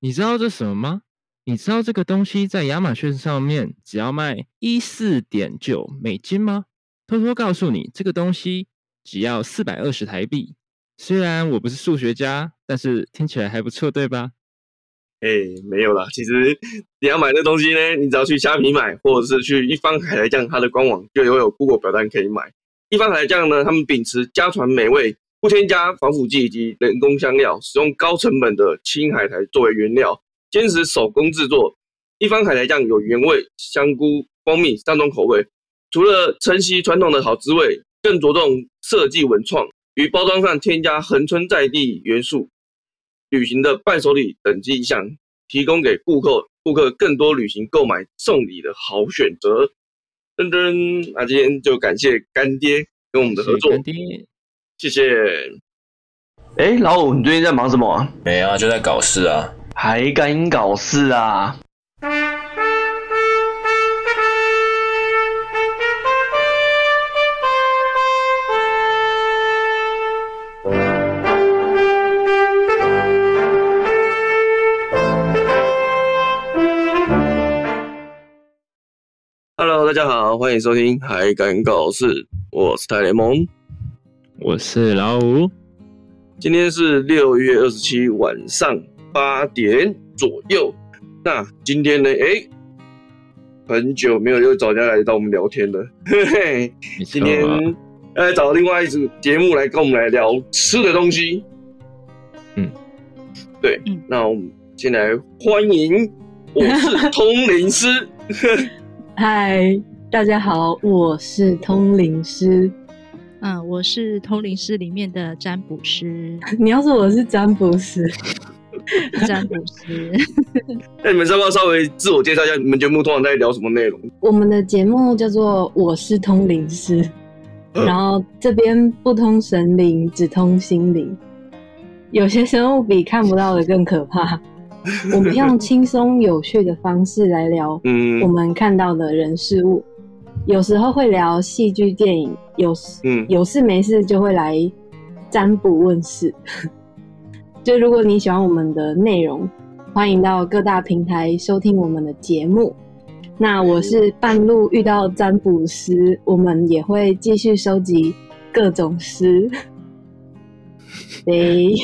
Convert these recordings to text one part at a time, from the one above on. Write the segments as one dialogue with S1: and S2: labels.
S1: 你知道这什么吗？你知道这个东西在亚马逊上面只要卖一四点九美金吗？偷偷告诉你，这个东西只要四百二十台币。虽然我不是数学家，但是听起来还不错，对吧？
S2: 哎、没有啦，其实你要买这东西呢，你只要去虾皮买，或者是去一方海苔酱它的官网，就有有 Google 表单可以买。一方海苔酱呢，他们秉持家传美味，不添加防腐剂以及人工香料，使用高成本的青海苔作为原料，坚持手工制作。一方海苔酱有原味、香菇、蜂蜜三种口味，除了承袭传统的好滋味，更着重设计文创，于包装上添加恒春在地元素，旅行的伴手礼等迹象，提供给顾客顾客更多旅行购买送礼的好选择。噔噔，那今天就感谢干爹跟我们的合作，
S1: 干爹，
S2: 谢谢。哎，老五，你最近在忙什么啊？
S3: 没啊，就在搞事啊。
S2: 还敢搞事啊？Hello，大家好，欢迎收听《还敢搞事》，我是泰联盟。
S1: 我是老五。
S2: 今天是六月二十七晚上八点左右。那今天呢？哎、很久没有又找人家来到我们聊天了。嘿嘿，
S1: 没
S2: 今
S1: 错啊
S2: 天来找另外一组节目来跟我们来聊吃的东西。
S1: 嗯，
S2: 对
S4: 嗯，
S2: 那我们先来欢迎，我是通灵师。
S4: 嗨，大家好，我是通灵师。
S5: 嗯，我是通灵师里面的占卜师，
S4: 你要是我是占卜师，
S5: 占卜师。
S2: 那哎你们要不要稍微自我介绍一下？你们节目通常在聊什么内容？
S4: 我们的节目叫做《我是通灵师》，
S2: 嗯
S4: 然后这边不通神灵，只通心灵。有些生物比看不到的更 可怕。我们用轻松有趣的方式来聊
S2: 嗯
S4: 我们看到的人事物，有时候会聊戏剧、电影，有时
S2: 嗯
S4: 有事没事就会来占卜问事。 就如果你喜欢我们的内容，欢迎到各大平台收听我们的节目。那我是半路遇到占卜师，我们也会继续收集各种师。诶、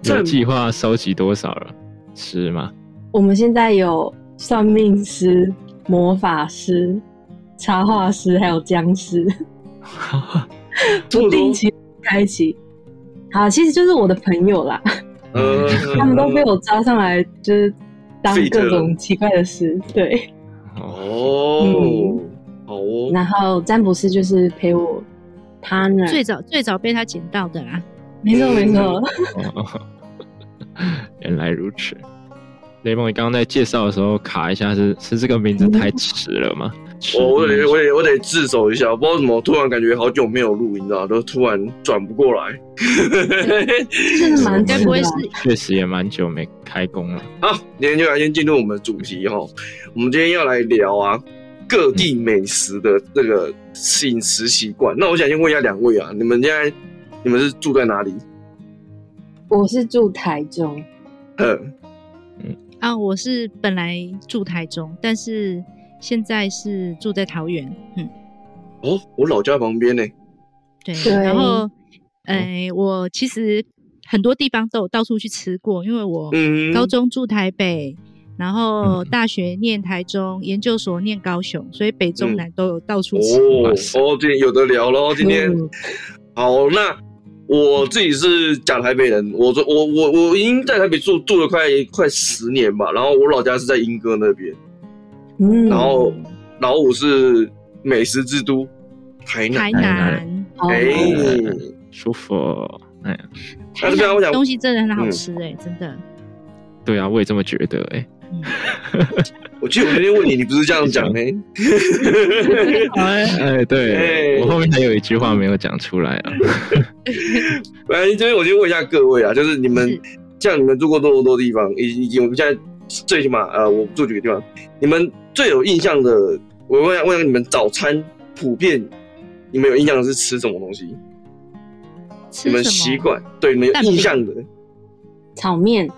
S2: 这
S1: 有计划收集多少了？是吗？
S4: 我们现在有算命师、魔法师、插画师，还有僵尸，
S2: 这么多
S4: 不定期开启。好，其实就是我的朋友啦，
S2: 呃，
S4: 他们都被我招上来，就是当
S2: Fit
S4: 各种奇怪的师。对，
S1: 哦，
S2: 哦
S4: 嗯，
S2: 好哦，
S4: 然后占卜师就是陪我 partner，
S5: 最早最早被他捡到的啦，
S4: 没错没
S2: 嗯
S4: 错，
S1: 原来如此。雷蒙，你刚刚在介绍的时候卡一下是，是这个名字太迟了吗？迟
S2: 哦我我得
S1: 疑
S2: 我得我得自首一下，我不知道怎么突然感觉好久没有录音了，都突然转不过来。
S4: 真的蛮
S5: 应该不会是
S4: 自
S1: 确实也蛮久没开工了。
S2: 好，今天就来先进入我们的主题哈，我们今天要来聊啊各地美食的这个饮食习惯。那我想先问一下两位啊，你们现在你们是住在哪里？
S4: 我是住台中，
S2: 呃，
S5: 啊，我是本来住台中，但是现在是住在桃园。嗯，
S2: 哦，我老家旁边呢、
S5: 对。
S4: 对
S5: 然后，哎、我其实很多地方都有到处去吃过，因为我
S2: 嗯，
S5: 高中住台北，然后
S1: 嗯
S5: 大学念台中，研究所念高雄，所以北
S2: 嗯
S5: 中南都有到处吃。
S2: 哦
S1: 哇塞
S2: 哦，今天有得聊喽，今天。
S4: 嗯
S2: 好，那我自己是假台北人，我这我我我已经在台北住住了快快十年吧，然后我老家是在莺歌那边，
S4: 嗯，
S2: 然后然后我是美食之都台南
S5: 台，
S1: 南
S5: 南，
S4: 好
S2: 哎、
S1: 舒服哦、哎呀，
S2: 那
S5: 台
S2: 这边我想
S5: 南东西真的很好
S2: 嗯
S5: 吃哎、真的。
S1: 对啊，我也这么觉得哎、
S5: 嗯
S2: 我记得我那天问你，你不是这样讲呢？
S1: 哎哎，对、
S2: 哎
S1: 我后面还有一句话没有讲出来啊。
S2: 哎来这边我先问一下各位啊，就是你们
S5: 是
S2: 像你们住过这么多地方，以以及我们现在最起码呃，我住几个地方，你们最有印象的，我问一下问一下你们早餐普遍你们有印象的是吃什么东西？
S5: 吃
S2: 你们
S5: 什么
S2: 习惯对你们有
S5: 蛋
S2: 印
S5: 饼
S2: 象的
S4: 炒面，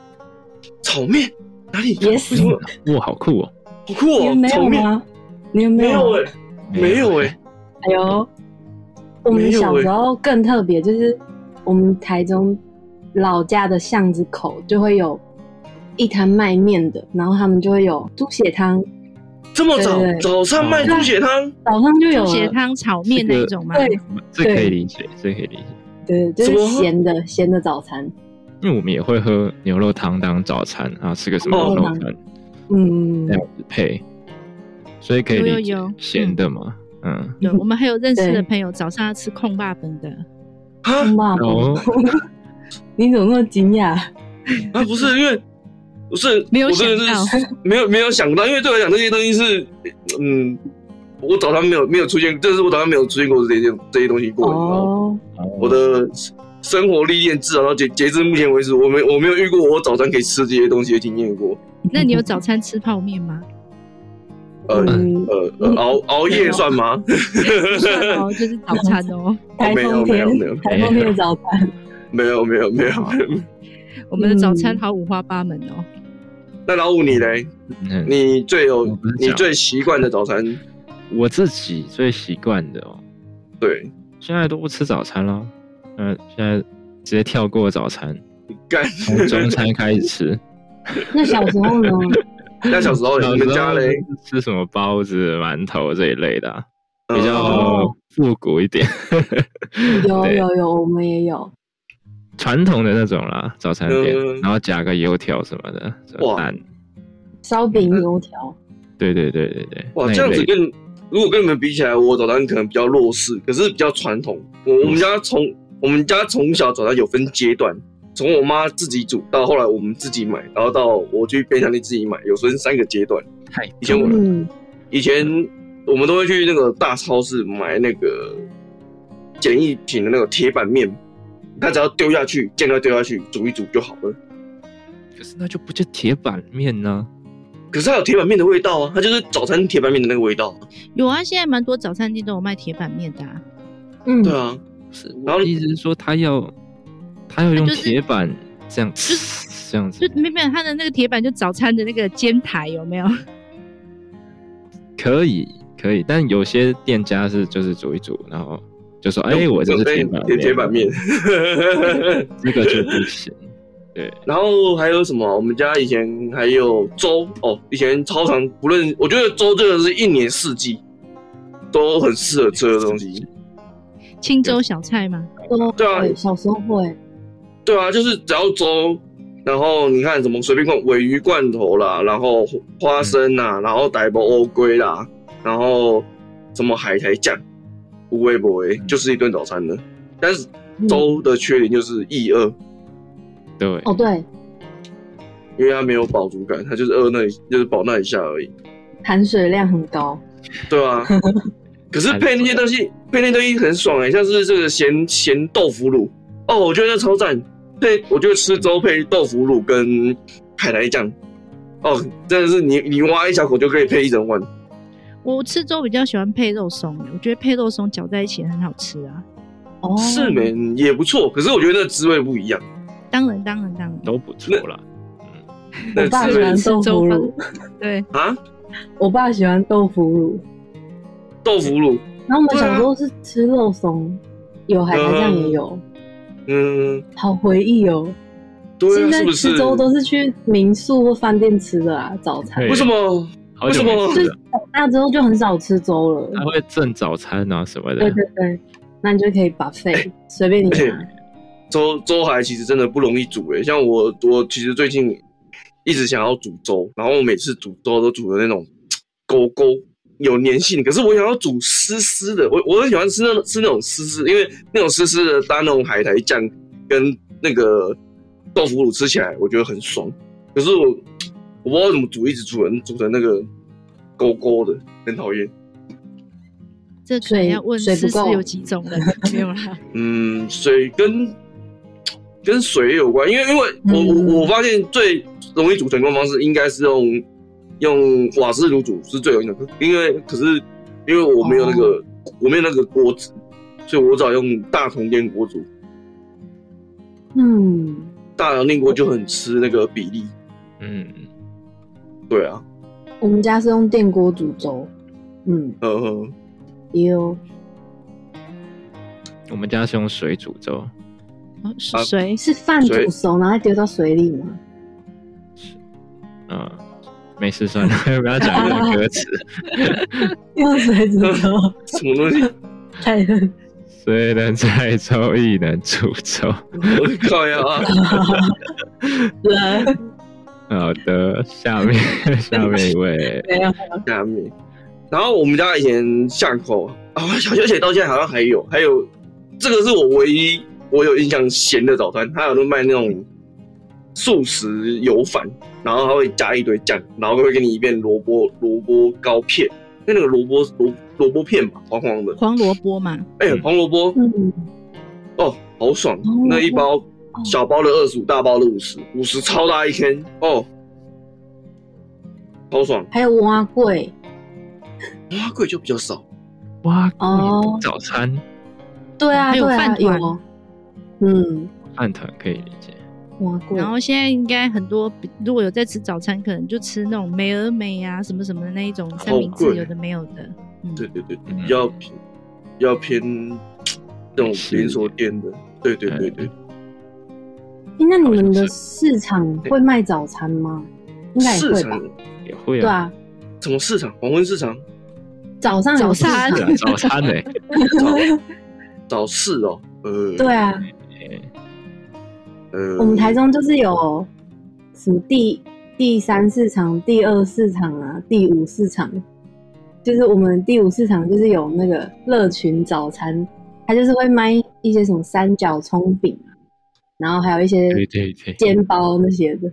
S2: 炒面哪里？
S4: Yes
S2: 为什么
S1: 哇，好酷哦！
S2: 好酷
S4: 你
S2: 哦
S4: 们没？
S2: 炒
S4: 有
S2: 面
S4: 吗？你们
S2: 没有
S4: 啊
S2: 哎、 没有哎、
S4: 哎呦，我们小时候更特别，就是我们台中老家的巷子口就会有一摊卖面的，然后他们就会有猪血汤，
S2: 这么早
S4: 对对对
S2: 早上卖猪血汤，
S4: 早上就有
S5: 猪
S4: 了
S5: 血汤炒面那一种吗？
S4: 对
S1: 这可以理解，这可以理解，
S4: 对，就
S2: 什么
S4: 是咸的咸的早餐。
S1: 因为我们也会喝牛肉汤当早餐，然后吃个什么
S2: 哦
S1: 牛肉饭
S4: 嗯
S1: 那，样子配，所以可以
S5: 有有
S1: 理解
S5: 有
S1: 咸的嘛，嗯，
S5: 对，我们还有认识
S4: 对
S5: 的朋友早上要吃控霸本的，
S2: 啊
S4: 空霸王，
S1: 哦，
S4: 嗯你怎么那么惊讶？
S2: 啊，不是因为不是
S5: 没有
S2: 我真
S5: 想到
S2: 的是没有没有想到，因为对我来讲这些东西是嗯，我早上没有没有出现，这是我早上没有出现过这些这些东西过，你知道吗？
S4: 哦，
S2: 我的生活历练至少到截截至目前为止，我没我没有遇过我早餐可以吃这些东西的经验过。
S5: 那你有早餐吃泡 面吗？
S2: 呃
S4: 嗯
S2: 呃呃，熬熬夜算吗？
S5: 不算哦，就是早餐哦。
S2: 呃
S4: 台风
S2: 没有
S4: 天
S2: 没有没有，
S4: 台风天的早餐，
S2: 没有没有没有。
S5: 我们的早餐好五花八门哦。
S2: 那老五你嘞？
S1: 嗯
S2: 你最有
S1: 我不是
S2: 你
S1: 讲
S2: 最习惯的早餐？
S1: 我自己最习惯的哦，
S2: 对，
S1: 现在都不吃早餐了，嗯，现在直接跳过早餐，
S2: 干。
S1: 从中餐开始吃。
S4: 那小时 候呢？
S2: 那小时候
S1: 小
S2: 哦你
S1: 时
S2: 们
S1: 候
S2: 家嘞？
S1: 吃什么包子、馒头这一类的啊、比
S2: 嗯
S1: 较
S4: 哦
S1: 复古一点，
S4: 有
S1: 对
S4: 有有，我们也有。
S1: 传统的那种啦，早餐店，
S2: 嗯
S1: 然后加个油条什么的，什么
S2: 哇
S1: 蛋，
S4: 烧饼、
S2: 嗯
S4: 油条，
S1: 对对对对对，
S2: 哇，
S1: 那一
S2: 这样子
S1: 类
S2: 跟如果跟你们比起来，我早餐可能比较弱势，可是比较传统。我我们家从我们家从小早餐有分阶段，从我妈自己煮到后来我们自己买，然后到我去便利商店自己买，有分三个阶段。
S1: 太
S2: 以前我
S1: 重了
S4: 嗯，
S2: 以前我们都会去那个大超市买那个简易品的那个铁板面，它只要丢下去，酱料丢下去煮一煮就好了。
S1: 可是那就不叫铁板面呢、
S2: 可是它有铁板面的味道啊，它就是早餐铁板面的那个味道啊。
S5: 有啊，现在蛮多早餐店都有卖铁板面的、啊，
S4: 嗯
S2: 对，啊，
S1: 是
S2: 然
S1: 我
S2: 后
S1: 的意思是说，他要他要用
S5: 就是
S1: 铁板这样，这样子
S5: 就没没有它的那个铁板，就早餐的那个煎台有没有？
S1: 可以可以，但有些店家是就是煮一煮，然后就说，哎、我这是铁板
S2: 铁铁板面。
S1: 这个就不行。
S2: 然后还有什么？我们家以前还有粥哦，以前超常不论，我觉得粥这个是一年四季都很适合吃的东西。
S5: 青州小菜吗？
S4: 都
S2: 对啊
S4: 会小时候会，
S2: 对啊，就是只要粥，然后你看什么随便罐尾鱼罐头啦，然后花生啦，然后逮包欧龟啦，然后什么海苔酱，无微不微，
S1: 嗯
S2: 就是一顿早餐了。但是
S4: 嗯
S2: 粥的缺点就是易饿，
S1: 对，
S4: 哦对，
S2: 因为它没有饱足感，它就是饿那里，就是饱那一下而已。
S4: 含水量很高，
S2: 对 啊，可是配那些东西，配那些东西很爽哎、像是这个咸咸豆腐乳，哦，我觉得那超赞。配，我觉得吃粥配豆腐乳跟海苔酱，哦，真的是你你挖一小口就可以配一整碗。
S4: 哦
S5: 我吃粥比较喜欢配肉松，我觉得配肉松搅在一起很好吃啊。
S4: 哦，
S2: 是没也不错，可是我觉得那滋味不一样。
S5: 当然，当然，当然，
S1: 都不错啦。
S2: 那
S4: 我爸
S2: 滋
S4: 喜
S2: 味
S4: 欢豆腐乳，
S5: 对，
S2: 啊，
S4: 我爸喜欢豆腐乳，
S2: 豆腐乳，
S4: 然后我们
S2: 对啊
S4: 小时候是吃肉松，有海苔酱也有，
S2: 嗯，
S4: 好回忆哦。
S2: 对
S4: 现
S2: 啊，
S4: 在
S2: 是不
S4: 吃
S2: 是？
S4: 粥都是去民宿或饭店吃的啊，早餐
S1: 对。
S2: 为什么？
S1: 好久没
S2: 为
S1: 吃
S2: 什
S1: 了，
S4: 长大之后就很少吃粥
S1: 他
S4: 了。
S1: 啊会赠早餐啊什么的
S4: 对。对对，那你就可以把
S2: 哎
S4: 费随便你
S2: 而且
S4: 拿。
S2: 粥粥还其实真的不容易煮诶、像我我其实最近一直想要煮粥，然后我每次煮粥都煮的那种勾勾有粘性，可是我想要煮湿湿的，我我很喜欢吃那种吃那种湿湿的，因为那种湿湿的搭那种海苔酱跟那个豆腐乳吃起来，我觉得很爽。可是我我不知道怎么煮，一直煮成煮成那个勾勾的，很讨厌。
S5: 这可能
S4: 水
S5: 要问
S4: 水不
S5: 思思
S4: 够
S5: 有几种 人，没有啦。
S2: 嗯，水跟跟水有关，因为因为我我我发现最容易煮成功的方式应该是用用瓦斯炉煮是最容易的，因为可是因为我没有那个、我没有那个锅子，所以我只好用大铜电锅煮，
S4: 嗯，
S2: 大铜电锅就很吃那个比例，
S1: 嗯，
S2: 对啊，
S4: 我们家是用电锅煮粥，嗯，
S2: 嗯哼，
S4: 有
S1: 我们家是用水煮粥，
S5: 哦是
S2: 啊
S5: 谁？
S4: 是饭
S2: 水
S4: 煮熟然后丢到水里吗？
S1: 嗯，没事算了， 不要讲这个歌词。
S4: 用水煮粥，
S2: 什么东西？
S4: 太狠
S1: 虽能载舟，亦能煮粥。
S2: 我的靠呀！
S4: 了，
S1: 好的，下 面下面一位，
S4: 没有，
S2: 下面，然后我们家以前巷口啊，小学姐到现在好像还有，还有这个是我唯一我有印象咸的早餐，它有那卖那种素食油饭，然后它会加一堆酱，然后会给你一片萝卜萝卜糕片，那那个萝卜萝萝卜片吧，黄黄的，
S5: 黄萝卜嘛，
S2: 哎、
S1: 嗯
S2: 黄萝卜
S4: 嗯，
S2: 哦，好爽
S4: 哦，
S2: 那一包小包的二十五，大包的五十，五十超大一天哦，好爽，
S4: 还有蛙桂
S2: 花贵就比较少。
S1: 哇，
S4: 哦
S1: 早餐
S4: 对啊，
S5: 还有
S4: 对啊
S5: 饭团
S4: 有嗯，
S1: 饭团可以理解，
S4: 蛙桂，
S5: 然后现在应该很多，如果有在吃早餐，可能就吃那种美而美啊什么什么的那一种三明
S2: 好
S5: 治，
S2: 贵
S5: 有的没有的。嗯，
S2: 对对对，对
S1: 嗯
S2: 比较偏比较偏这种
S1: 是
S2: 连锁店的，对对对对，
S4: 诶那你们
S1: 好
S4: 的
S1: 像
S4: 市场会卖早餐吗？应该也
S2: 市
S4: 会吧
S2: 场？
S1: 也会
S4: 对，啊，
S2: 什么市场？黄昏市 场？
S4: 早上有市场
S5: 早
S1: 对啊早餐呢、欸？
S2: 早早市哦，呃，
S4: 对啊，
S2: 呃，
S4: 我们台中就是有什么第第三市场、第二市场啊、第五市场，就是我们第五市场就是有那个乐群早餐，它就是会卖一些什么三角葱饼啊，然后还有一些
S1: 对对对，
S4: 煎包那些的，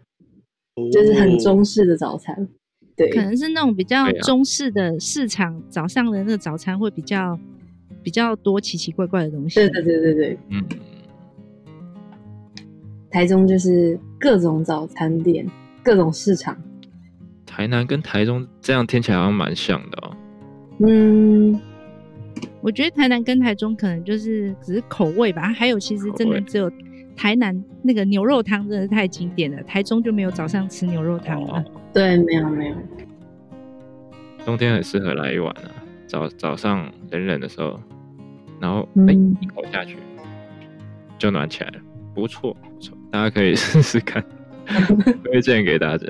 S2: 哦
S4: 就是很中式的早餐。对，
S5: 可能是那种比较
S1: 对啊
S5: 中式的市场、早上的那个早餐会比较比较多奇奇怪怪的东西。
S4: 对对对对对，
S1: 嗯，
S4: 台中就是各种早餐店、各种市场。
S1: 台南跟台中这样听起来好像蛮像的哦，
S4: 嗯，
S5: 我觉得台南跟台中可能就是只是口味吧，还有其实真
S1: 口味
S5: 的只有台南那个牛肉汤真的是太经典了，台中就没有早上吃牛肉汤了。
S1: 哦
S4: 对，啊没 有没有，
S1: 冬天很适合来一碗啊，早早上冷冷的时候，然后哎、
S4: 嗯
S1: 一口下去就暖起来了，不错不错，大家可以 试试看，推荐给大家。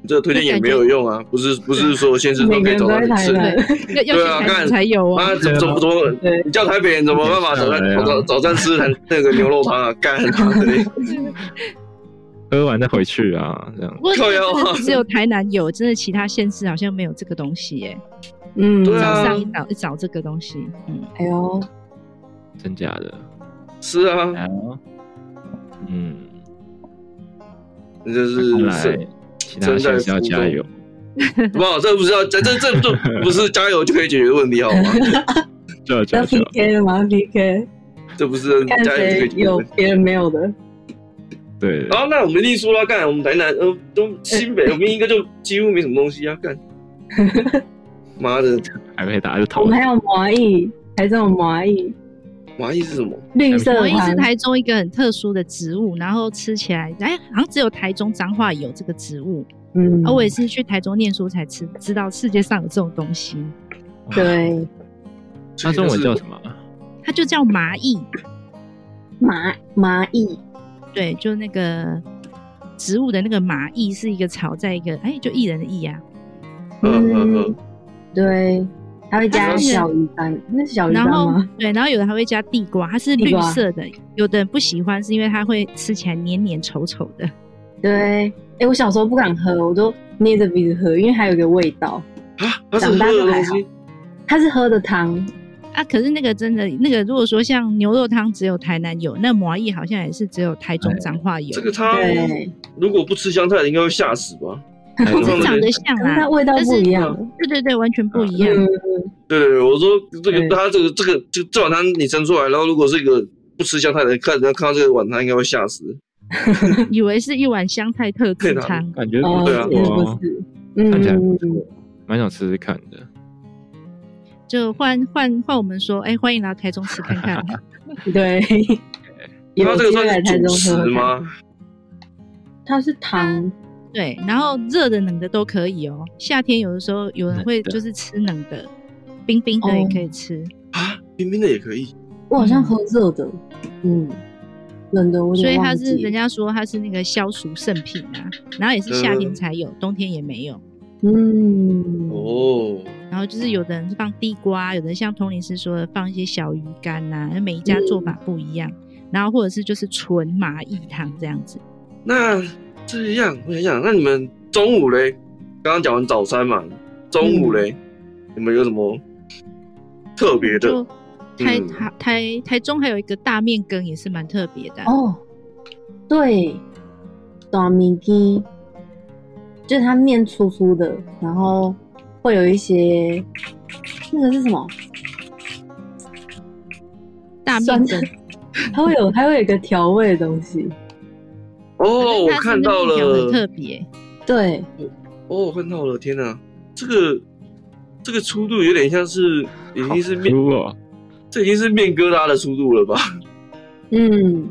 S2: 你这个推荐也没有用啊，不是不是说现实
S4: 每
S2: 中可以
S4: 个人
S2: 找
S4: 都
S2: 到
S4: 在
S2: 你
S4: 台
S2: 吃。
S4: 南。
S5: 要要
S2: 对啊
S5: 去台
S2: 看
S5: 南才有啊
S2: 啊，！怎么怎么怎么？
S4: 对
S2: 你叫台北人怎么办法早
S1: 对
S2: 餐
S1: 啊
S2: 早早餐吃很那个牛肉汤 啊？干很麻烦的，
S1: 喝完再回去啊，这样
S5: 不过这个真
S2: 靠
S5: 的
S2: 腰
S5: 只有台南有，真的其他县市好像没有这个东西耶、
S4: 嗯，
S2: 对啊
S5: 早上一早一早这个东西，嗯，
S4: 哎呦，
S1: 真假的？
S2: 是啊，
S1: 嗯，
S2: 这就是
S1: 看
S2: 是
S1: 来其他县市要加油。
S2: 不，这不是要这这这这不是加油就可以解决的问题好吗？
S1: 这这
S4: 要
S1: 这，
S4: PK 了吗？PK，
S2: 这不是
S4: 看
S2: 加油就可以解
S4: 谁
S2: 决的
S4: 有
S2: 问题。
S4: 别人没有的。
S1: 对，
S2: 然后那我们一定输了，干我们台南呃都新北，我们应该就几乎没什么东西啊， 干。妈的，
S1: 还没打就
S4: 我
S1: 投
S4: 们还有蚂蚁，台中有蚂蚁，
S2: 蚂蚁是什么？
S4: 绿色
S5: 我
S4: 的
S5: 一是
S4: 糖，
S5: 台中一个很特殊的植物，然后吃起来，哎，好像只有台中彰化有这个植物。啊
S4: 嗯，
S5: 而我也是去台中念书才吃知道世界上有这种东西，
S4: 对
S1: 它中文叫
S2: 是
S1: 什么啊？
S5: 它就叫麻蚁，
S4: 蚂蚂蚁，
S5: 对，就那个植物的那个麻蚁是一个草，在一个哎，就艺人的艺啊，
S2: 嗯嗯嗯，
S4: 对，它会加
S5: 它是
S4: 小鱼干，那是小鱼
S5: 然
S4: 干
S5: 后
S4: 吗？
S5: 对，然后有的还会加地瓜，它是
S4: 地
S5: 绿
S4: 瓜
S5: 色的，有的人不喜欢是因为它会吃起来黏黏稠稠的，
S4: 对，哎，我小时候不敢喝，我都捏着鼻子喝，因为还有一个味道，
S2: 啊，它是喝的东西，
S4: 它是喝的汤，
S5: 啊，可是那个真的，那个如果说像牛肉汤只有台南有，那麻蚁好像也是只有台中彰化有，
S2: 哎这个
S1: 啊
S2: 汤
S4: 对，
S2: 如果不吃香菜，应该会吓死吧？
S1: 台中
S5: 是
S1: 的
S5: 长得像
S4: 可是
S5: 啦
S4: 它，味道
S5: 但
S4: 不
S5: 是
S4: 一样，
S2: 嗯
S5: 对对对，完全不一样。
S4: 嗯，
S2: 对对对，我说这
S4: 对
S2: 个它这个这个就这碗汤你蒸出来，然后如果是一个不吃香菜的人，看人家看到这个碗汤，应该会吓死。
S4: 嗯
S5: 以为是一碗香菜特制汤，
S1: 感觉
S4: 哦，
S1: 不
S2: 对啊
S4: 是不
S1: 错哦，
S4: 是？
S1: 看起来
S4: 嗯
S1: 不，错，蛮想试试看的。
S5: 就换换换我们说，哎、欢迎来台中吃看 看。
S4: 对。
S2: 它这个
S4: 机会
S2: 算
S4: 来
S2: 是
S4: 台
S2: 主
S4: 中喝
S2: 食
S4: 喝看
S2: 吗？
S4: 它是糖，
S5: 对，然后热的、冷的都可以哦。夏天有的时候有人会
S1: 冷的
S5: 就是吃冷的，冰冰的也
S4: 哦
S5: 可以吃。
S2: 啊，冰冰的也可以。
S4: 我好像喝热的，嗯，冷的我有
S5: 所以
S4: 点
S5: 它
S4: 忘记
S5: 是人家说它是那个消暑圣品啊，然后也是夏天才有，冬天也没有。
S4: 嗯，
S2: 哦，
S5: 然后就是有的人放地瓜，有的像通灵师说的放一些小鱼干呐、每一家做法不一样。然后或者是就是纯麻薏汤这样子，
S2: 那这样我想想，那你们中午嘞？刚刚讲完早餐嘛，中午嘞，你们有什么特别的
S5: 嗯就？台
S2: 嗯
S5: 台台台中还有一个大面羹也是蛮特别的啊、
S4: 哦，对，短米鸡，就是它面粗粗的，然后会有一些那个是什么？
S5: 大面
S4: 酸
S5: 羹
S4: 它会有，它会有一个调味的东西。
S2: 哦，我看到
S5: 可是它是那个面条很特
S2: 了，
S5: 别，
S4: 对，
S2: 哦，我看到了，天哪，这个这个粗度有点像是已经是面，
S1: 好粗哦，
S2: 这已经是面疙瘩的粗度了吧？
S4: 嗯，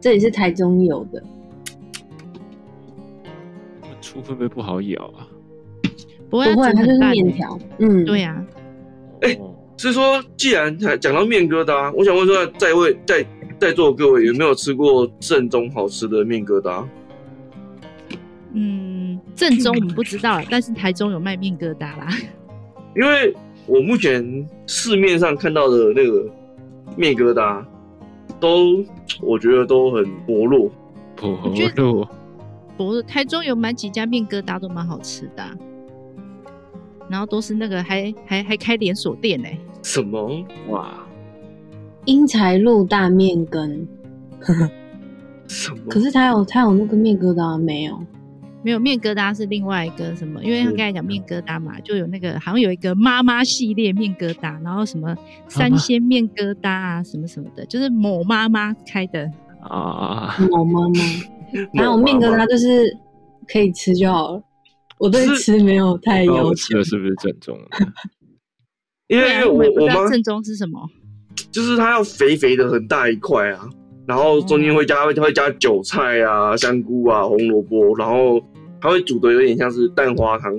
S4: 这也是台中有的。
S1: 那么粗会不会不好咬啊？
S5: 不
S4: 不会，
S5: 它
S4: 它
S5: 整
S4: 就是
S5: 很烂
S4: 面
S5: 欸。
S4: 条。嗯，
S5: 对啊，
S2: 哎
S1: 哦
S2: 所以说，既然讲到面疙瘩，我想问说，在位在在座各位有没有吃过正宗好吃的面疙瘩？
S5: 嗯，正宗我们不知道啦，但是台中有卖面疙瘩啦。
S2: 因为我目前市面上看到的那个面疙瘩，都我觉得都很薄弱。
S1: 薄
S5: 我觉得
S1: 弱，
S5: 不是，台中有蛮几家面疙瘩都蛮好吃的啊、然后都是那个还还还开连锁店呢、
S2: 什么？
S1: 哇，
S4: 英才路大面羹，
S2: 什么？
S4: 可是它有它有那个面疙瘩没有？
S5: 没有面疙瘩是另外一个什么？因为他
S2: 是嗯
S5: 刚才讲面疙瘩嘛，就有那个好像有一个妈妈系列面疙瘩，然后什么三鲜面疙瘩啊，什么什么的，就是某妈妈开的。
S1: 啊，
S4: 某妈妈，
S2: 某
S4: 然后我面疙
S2: 妈妈
S4: 瘩就是可以吃就好了。我对
S2: 是
S4: 吃没有太
S1: 不知道
S4: 要
S1: 我
S4: 求
S1: 吃。的是不哦是正宗的？
S2: 因
S5: 对
S2: 为
S5: 啊，我也不
S2: 我妈
S5: 知道正宗是什么。
S2: 就是它要肥肥的很大一块啊，然后中间会加
S4: 哦
S2: 会加韭菜啊、香菇啊、红萝卜，然后它会煮的有点像是蛋花汤，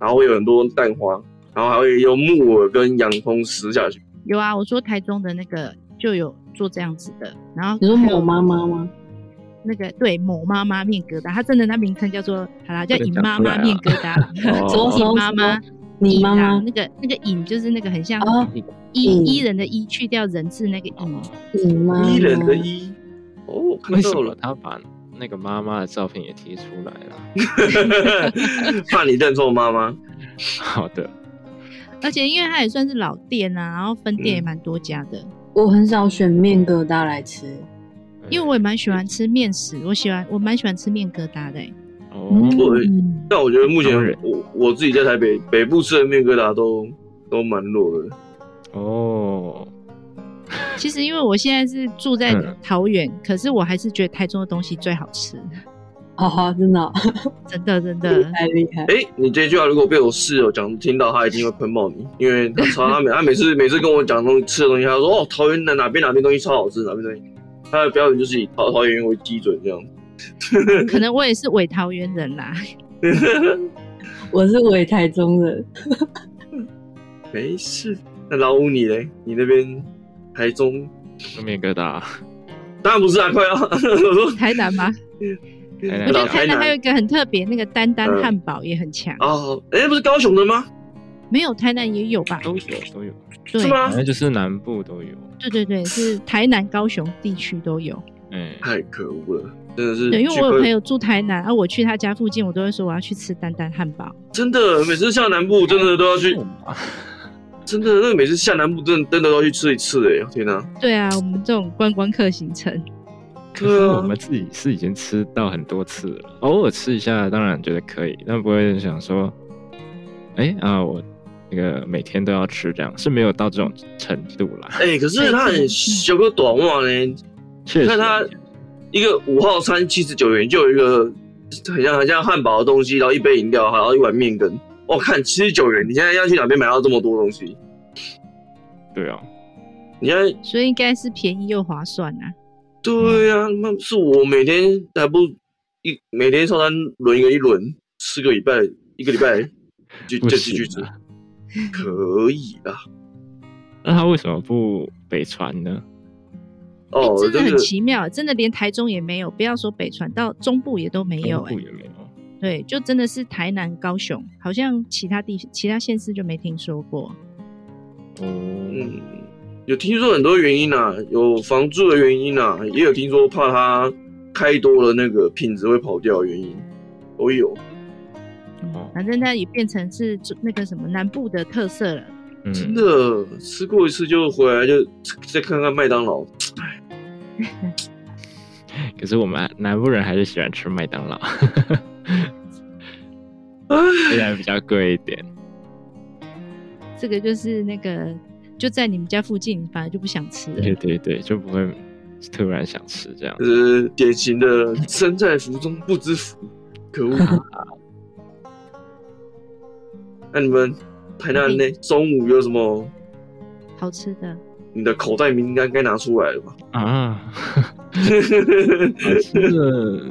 S2: 然后会有很多蛋花，然后还会用木耳跟洋葱撕下去。
S5: 有啊，我说台中的那个就有做这样子的，然后
S4: 你说
S5: 还有
S4: 某妈妈吗？
S5: 那个对某妈妈面疙瘩，它真的那名称叫做好啦，叫
S1: 不能
S5: 尹
S1: 讲
S5: 妈
S1: 出
S5: 妈
S1: 来啊
S5: 面疙瘩啦，
S1: 哦
S4: 左手
S5: 尹妈妈，
S4: 你
S5: 尹
S4: 妈
S5: 啊
S4: 妈
S5: 那个那个尹就是那个很像
S4: 哦，
S5: 伊
S4: 尹哦
S5: 伊人的伊去掉人字那个尹，
S4: 你妈妈
S2: 伊人的伊，哦，我看
S1: 为什
S2: 到
S1: 么
S2: 了，
S1: 他把那个妈妈的照片也贴出来了？
S2: 怕你认错妈妈。
S1: 好的，
S5: 而且因为它也算是老店啊，然后分店也
S2: 嗯
S5: 蛮多家的，
S4: 我很少选面疙瘩来吃。
S5: 因为我也蛮喜欢吃面食，我喜欢我蛮喜欢吃面疙瘩的欸、
S1: 哦，
S4: 嗯
S2: 但我觉得目前
S1: 当然
S2: 我我自己在台北北部吃的面疙瘩都都蛮弱的。
S1: 哦，
S5: 其实因为我现在是住在
S1: 嗯
S5: 桃园，可是我还是觉得台中的东西最好吃，
S4: 好好，真的哦
S5: 真的真的。
S4: 太厉害。
S2: 哎、你这句话如果被我室友讲听到，他一定会喷爆你，因为他超他每他每次每次跟我讲东西吃的东西，他说哦桃园的哪边哪边东西超好吃，哪边东西，他的标准就是以桃桃园为基准这样。
S5: 可能我也是伪桃园人啦。
S4: 我是伪台中人，
S2: 没事，那老五你嘞？你那边台中？
S1: 那面疙瘩，
S2: 当然不是啊，快要 我说
S5: 台南吗？
S1: 台
S5: 我觉
S1: 南
S5: 得台南还有一个很特别，那个丹丹
S2: 嗯
S5: 汉堡也很强。
S2: 哦，哎、不是高雄的吗？
S5: 没有台南也有吧？
S1: 都有都有，
S5: 对
S2: 哦是吗
S1: 反？正就是南部都有。
S5: 对对对，是台南、高雄地区都有。
S1: 哎，
S2: 太可恶了，真的是。
S5: 对，因为我有朋友住台南，而、啊、我去他家附近，我都会说我要去吃丹丹汉堡。
S2: 真的每次下南部真的都要去，真的那个每次下南部真的真的都要去吃一次哎、天哪、
S5: 对啊，我们这种观光客行程，
S1: 可是
S2: 对啊
S1: 我们自己是已经吃到很多次了，偶尔吃一下当然觉得可以，但不会想说，哎啊我。那个每天都要吃，这样是没有到这种程度啦。
S2: 哎、可是他很小个短袜呢，
S1: 确
S2: 你
S1: 实
S2: 看，他一个五号餐七十九元，就有一个很像很像汉堡的东西，然后一杯饮料，还有一碗面羹。我、看七十九元，你现在要去哪边买到这么多东西？
S1: 对啊，
S2: 你现在
S5: 所以应该是便宜又划算啊。
S2: 对呀、那是我每天还不一每天烧单轮一个一轮，吃个礼拜一个礼拜就
S1: 不
S2: 就继续吃
S1: 行，啊。
S2: 可以啦。
S1: 那他为什么不北传呢？
S2: 哦，
S5: 真的
S2: 这
S5: 很
S2: 个
S5: 奇妙，真的连台中也没有，不要说北传，到中部也都没有、
S1: 中
S5: 哎
S1: 部，也没
S2: 哦
S1: 有。
S5: 对，就真的是台南、高雄，好像其他地其他县市就没听说过。
S1: 哦，
S2: 嗯，有听说很多原因啊，有房租的原因啊，也有听说怕它开多了那个品质会跑掉的原因，都有。
S1: 哦
S5: 嗯，反正它也变成是中那个什么南部的特色了。
S1: 嗯，
S2: 真的吃过一次就回来就再看看麦当劳，
S1: 可是我们南部人还是喜欢吃麦当劳，
S2: 唉，
S1: 虽然比较贵一点。
S5: 这个就是那个就在你们家附近，反而就不想吃了。
S1: 对对对，就不会突然想吃这样
S2: 就。是典型的身在福中不知福，可恶。那你们台南呢？中午有什么？嗯
S5: 好吃的，
S2: 你的口袋名应该该拿出来了 吧？
S1: 啊，吃的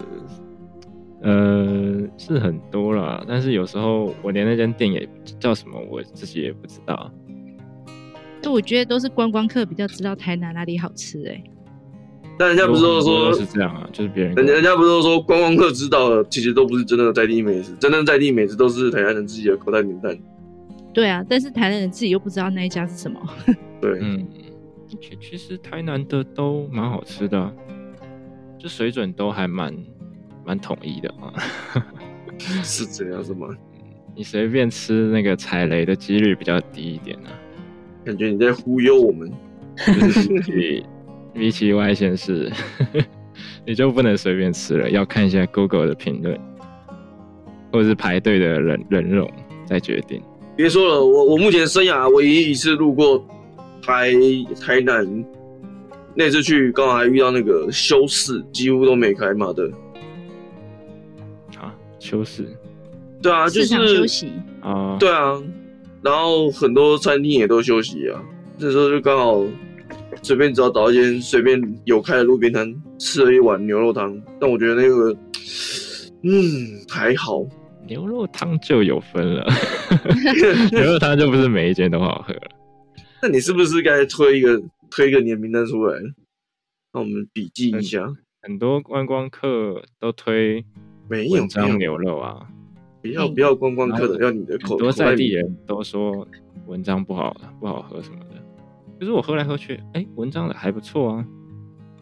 S1: 呃是很多啦，但是有时候我连那间店也叫什么，我自己也不知道。
S5: 就我觉得都是观光客比较知道台南哪里好吃、哎，
S2: 但人家不是都说
S1: 有很多是这样啊，就是别人
S2: 人家人家不是说观光客知道了，其实都不是真正的在地美食，真正在地美食都是台湾人自己的口袋名单。
S5: 对啊，但是台南人自己又不知道那一家是什么。
S2: 啊对，
S1: 嗯，其其实台南的都蛮好吃的啊、就水准都还蛮蛮统一的啊。
S2: 是这样是吗？
S1: 你随便吃那个踩雷的几率比较低一点啊，
S2: 感觉你在忽悠我们。
S1: 就是比起比起外县市， 你就不能随便吃了，要看一下 Google 的评论，或者是排队的人人容再决定。
S2: 别说了，我我目前生涯唯一一次路过台台南，那次去刚好还遇到那个休市，几乎都没开嘛的。
S1: 啊，修饰
S2: 对啊，就
S5: 市场休
S2: 是
S5: 息，
S1: 啊，
S2: 对啊，然后很多餐厅也都休息啊。这时候就刚好随便找找一间随便有开的路边摊，吃了一碗牛肉汤，但我觉得那个，嗯，还好。
S1: 牛肉汤就有分 了，牛肉汤就不是每一间都好喝了。
S2: 那你是不是该推一个推一个年名单出来？那我们笔记一下。
S1: 很多观光客都推
S2: 没有，
S1: 文
S2: 没有
S1: 章。牛肉啊，
S2: 不要不要观光客的，
S1: 嗯
S2: 要你的口
S1: 很多
S2: 口袋
S1: 在地
S2: 名
S1: 人都说文章不好不好喝什么的。可是我喝来喝去，哎、文章的还不错啊，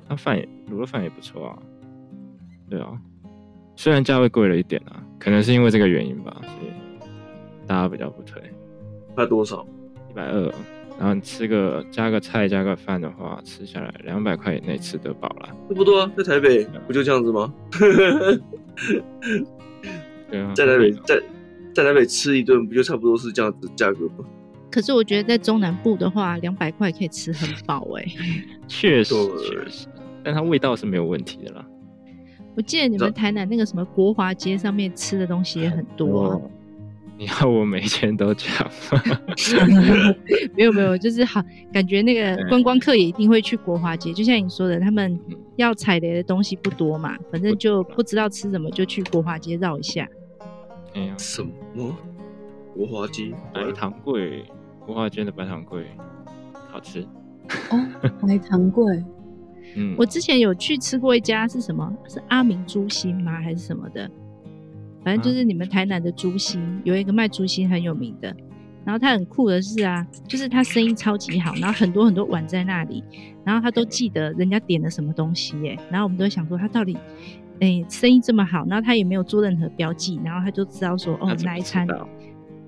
S1: 那饭也卤肉饭也不错啊，对啊，虽然价位贵了一点啊，可能是因为这个原因吧，所以大家比较不推
S2: 它多少？
S1: 一百二，然后你吃个加个菜加个饭的话，吃下来两百块以内吃得饱啦。
S2: 差不多啊，在台北
S1: 嗯
S2: 不就这样子吗？
S1: 对啊，
S2: 在台北在在台北吃一顿不就差不多是这样子价格吗？
S5: 可是我觉得在中南部的话，两百块可以吃很饱哎、
S1: 确实
S2: 对
S1: 确实，但它味道是没有问题的啦。
S5: 我记得你
S2: 这
S5: 们台南那个什么国华街上面吃的东西也很多、啊，
S1: 哦 你要我每天都讲吗？
S5: 没有没有，就是好感觉那个
S1: 对
S5: 观光客也一定会去国华街，就像你说的，他们
S1: 嗯
S5: 要踩雷的东西不多嘛，反正就不知道吃什么就去国华街绕一下。
S1: 哎呀，
S2: 什么？国华鸡？
S1: 白糖桂，国华街的白糖桂好吃。
S4: 哦，白糖桂，
S1: 嗯，
S5: 我之前有去吃过一家是什么？是阿明猪心吗？还是什么的？反正
S1: 啊
S5: 就是你们台南的猪心，有一个卖猪心很有名的。然后他很酷的是啊，就是他生意超级好，然后很多很多碗在那里，然后他都记得人家点了什么东西耶、然后我们都会想说他到底，哎、生意这么好，然后他也没有做任何标记，然后他就知道说
S1: 他
S5: 哦
S1: 怎么
S5: 哪一
S1: 知
S5: 餐
S1: 道，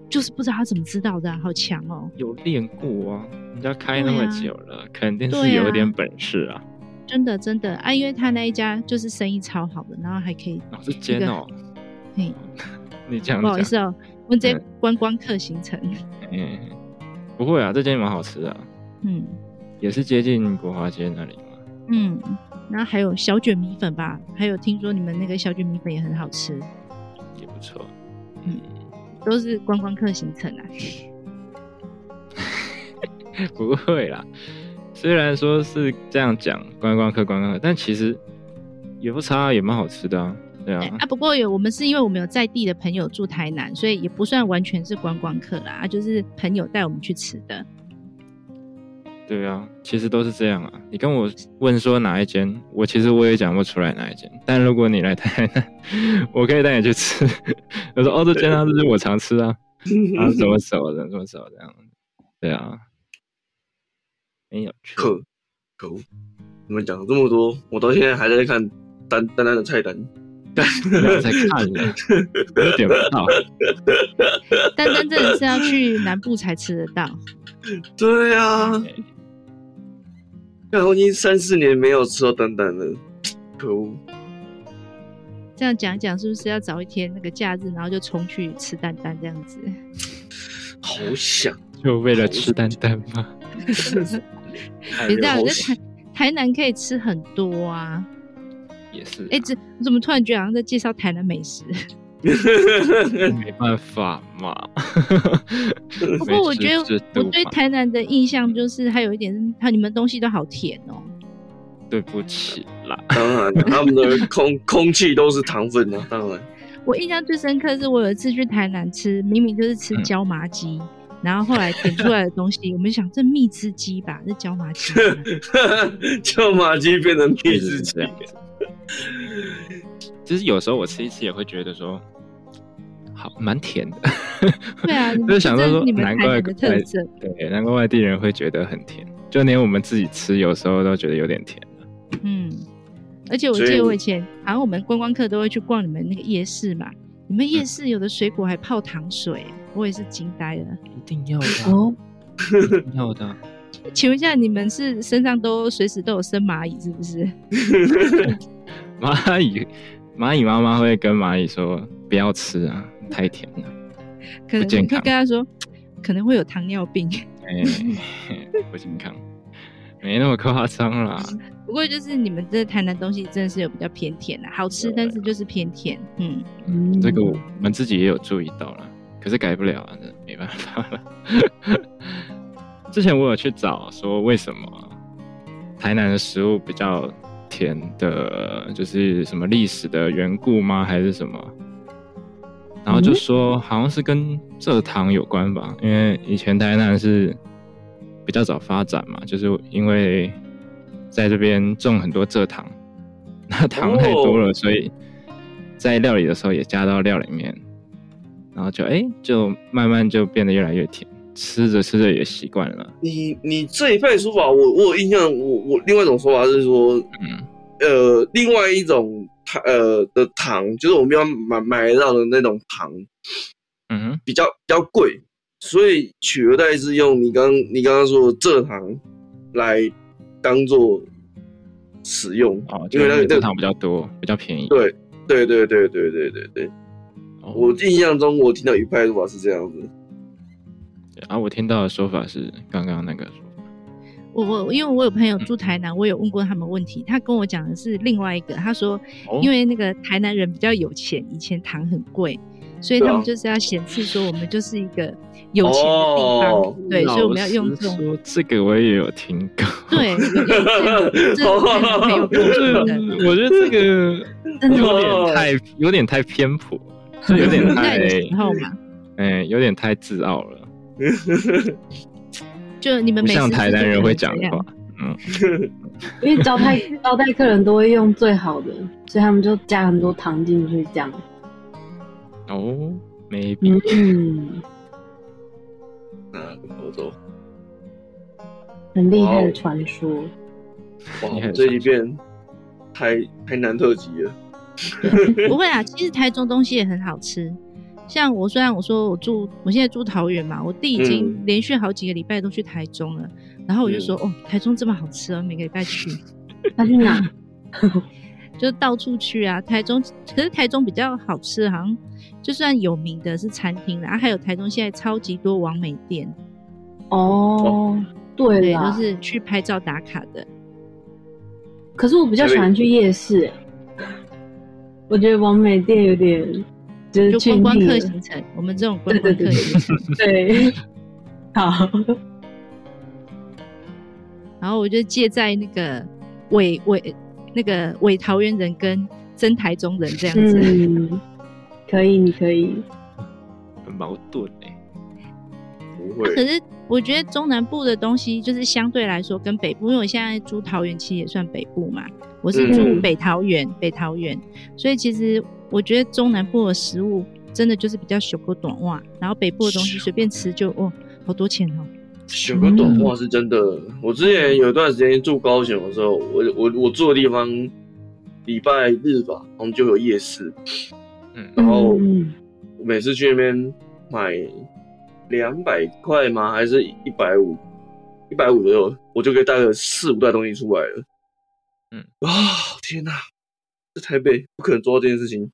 S5: 就是不知道他怎么知道的啊、好强哦！
S1: 有练过啊，人家开那么久了，肯定是
S5: 啊对啊
S1: 有点本事啊。
S5: 真的真的啊，因为他那一家就是生意超好的，然后还可以，
S1: 老是煎哦，
S5: 嘿，
S1: 你这样
S5: 不好意
S1: 讲，
S5: 思哦，我们这
S1: 嗯
S5: 观光客行程，
S1: 嗯，不会啊，这间蛮好吃的啊，
S5: 嗯
S1: 也是接近国华街那里嘛。
S5: 嗯，然后还有小卷米粉吧，还有听说你们那个小卷米粉也很好吃，
S1: 也不错。嗯
S5: 嗯，都是观光客行程啊。
S1: 不会啦。虽然说是这样讲观光客观光客，但其实也不差，也蛮好吃的啊。对啊
S5: 对，啊，不过有我们是因为我们有在地的朋友住台南，所以也不算完全是观光客啦，啊就是朋友带我们去吃的。
S1: 对啊，其实都是这样啊。你跟我问说哪一间，我其实我也讲不出来哪一间。但如果你来台南， 我可以带你去吃。我说哦，这间啊，这是我常吃啊，啊，怎么熟的，怎么熟这样。对啊，很有趣。
S2: 可可恶！你们讲了这么多，我到现在还在看单单单的菜单。
S1: 不要再看了，有点不到。
S5: 丹丹真的是要 去南部才吃得到，
S2: 对啊，
S1: 哎
S2: 看我已经三四年没有吃到丹丹了，可恶！
S5: 这样讲一讲是不是要找一天那个假日，然后就冲去吃丹丹这样子？
S2: 好 想，
S1: 就为了吃蛋蛋吗？
S5: 别这样，
S2: 好
S5: 在
S2: 想
S5: 台台南可以吃很多啊。
S1: 也是啊，
S5: 哎、这我怎么突然觉得好像在介绍台南美食？嗯
S1: 没办法嘛。
S5: 不过我觉得
S1: 美食之
S5: 我
S1: 都
S5: 对
S1: 嘛
S5: 台南的印象就是还有一点是，它你们东西都好甜哦。
S1: 对不起 啦，
S2: 当然，他们的空空气都是糖分啊，当然。
S5: 我印象最深刻是我有一次去台南吃，明明就是吃
S1: 嗯
S5: 椒麻鸡，然后后来点出来的东西，我们想这蜜汁鸡吧，这椒麻鸡吧。
S2: 叫马鸡变成
S1: 确
S2: 屁
S1: 实
S2: 事
S1: 是
S2: 鸡
S1: 这，样子。其实有时候我吃一吃也会觉得说，好蛮甜的。
S5: 对 啊，你
S1: 就是想
S5: 这
S1: 到说
S5: 是你，们台
S1: 难怪
S5: 南的特
S1: 外
S5: 色。
S1: 对，难怪外地人会觉得很甜，就连我们自己吃有时候都觉得有点甜。
S5: 嗯，而且我
S2: 所
S5: 记
S2: 以
S5: 得我
S2: 你
S5: 以前好像我们观光客都会去逛你们那个夜市嘛，你们夜市有的水果还泡糖水，我也是惊呆了。
S1: 一定要的啊，
S4: 哦，
S1: 一定要的啊。
S5: 请问一下，你们是身上都随时都有生蚂蚁是不是？
S1: 蚂蚁，蚂蚁妈妈会跟蚂蚁说不要吃啊，太甜了。
S5: 可能
S1: 不健
S5: 你可以
S1: 康
S5: 跟他说，可能会有糖尿病。
S1: 哎、不健康，没那么夸张啦。
S5: 不过就是你们这台南东西真的是有比较偏甜啊，好吃
S1: 对
S5: 但是就是偏甜。嗯，
S4: 嗯
S1: 这个我们自己也有注意到了，可是改不了啊，这没办法了。 之前我有去找说为什么台南的食物比较甜的，就是什么历史的缘故吗？还是什么？然后就说好像是跟蔗糖有关吧，因为以前台南是比较早发展嘛，就是因为在这边种很多蔗糖，那糖太多了，所以在料理的时候也加到料里面，然后就哎、就慢慢就变得越来越甜，吃着吃着也习惯了，
S2: 你你这一派说法，我我有印象，我我另外一种说法是说，
S1: 嗯，
S2: 呃，另外一种糖呃的糖，就是我们要买买得到的那种糖，
S1: 嗯哼，
S2: 比较比较贵，所以取而代之用你刚你刚刚说的蔗糖来当做使用。
S1: 哦，
S2: 因
S1: 就
S2: 为
S1: 是
S2: 那
S1: 那
S2: 个
S1: 个蔗糖比较多，比较便宜，
S2: 对对对对对对对对，
S1: 哦，
S2: 我印象中我听到一派说法是这样子，
S1: 啊，我听到的说法是刚刚那个说法，
S5: 我我因为我有朋友住
S1: 嗯
S5: 台南，我有问过他们问题，他跟我讲的是另外一个，他说
S1: 哦
S5: 因为那个台南人比较有钱，以前糖很贵，所以他
S2: 对
S5: 们
S2: 啊
S5: 就是要显示说我们就是一个有钱的地方，
S2: 哦
S5: 对，所以我们要用
S1: 老实
S5: 这种
S1: 说这个我也有听 过，
S5: 对，有 有这这种台南朋友跟
S1: 这
S2: 啊
S5: 我
S1: 个
S5: 说 的，
S1: 我觉得这个
S5: 真的
S1: 有点太有点太偏颇，就有点
S5: 在
S1: 太
S5: 的时候嘛，
S1: 哎，有点太自傲了，
S5: 就你们
S1: 不
S5: 每
S1: 像
S5: 次
S1: 台南人会讲话。
S4: 因为招待招待客人都会用最好的，所以他们就加很多糖进去，这样。
S1: 哦，maybe
S4: 嗯嗯，
S2: 啊，欧洲，
S4: 很厉
S2: 哦
S4: 害的传说。
S2: 哇，
S1: 你
S2: 我
S1: 很
S2: 们这一遍台台南特辑了，
S5: 不会啊，其实台中东西也很好吃。像我虽然我说我住我现在住桃园嘛，我弟已经
S2: 嗯
S5: 连续好几个礼拜都去台中了，然后我就
S2: 嗯
S5: 说、哦，台中这么好吃哦，每个礼拜去，
S4: 他去哪？
S5: 就到处去啊。台中可是台中比较好吃，好像就算有名的是餐厅啦，然后啊还有台中现在超级多网美店，
S4: 哦，对
S5: 对，
S4: 啦，
S5: 都是去拍照打卡的。
S4: 可是我比较喜欢去夜市、欸，我觉得完美店有点就是
S5: 就
S4: 去
S5: 观光
S4: 腻了
S5: 客行程，我们这种观
S4: 对
S5: 光
S4: 对
S5: 客
S4: 对
S5: 行程。
S4: 对，好，
S5: 然后我就借在那个尾尾那个伪桃园人跟真台中人这样子。
S4: 嗯，可以，你可以，
S1: 很矛盾哎、
S2: 不
S5: 那可
S2: 会，
S5: 是我觉得中南部的东西就是相对来说跟北部，因为我现在住桃园，其实也算北部嘛，我是住
S2: 嗯
S5: 北桃园，北桃园，所以其实我觉得中南部的食物真的就是比较小锅短袜，然后北部的东西随便吃就哦好多钱哦，
S2: 选个短
S1: 嗯
S2: 袜是真的。我之前有一段时间住高雄的时候，我我我住的地方，礼拜日吧，我们就有夜市，
S1: 嗯
S2: 然后
S4: 嗯
S2: 我每次去那边买两百块吗？还是一百五？一百五左右，我就可以带了四五袋东西出来了。
S1: 嗯，
S2: 啊，天哪！在台北不可能做到这件事情，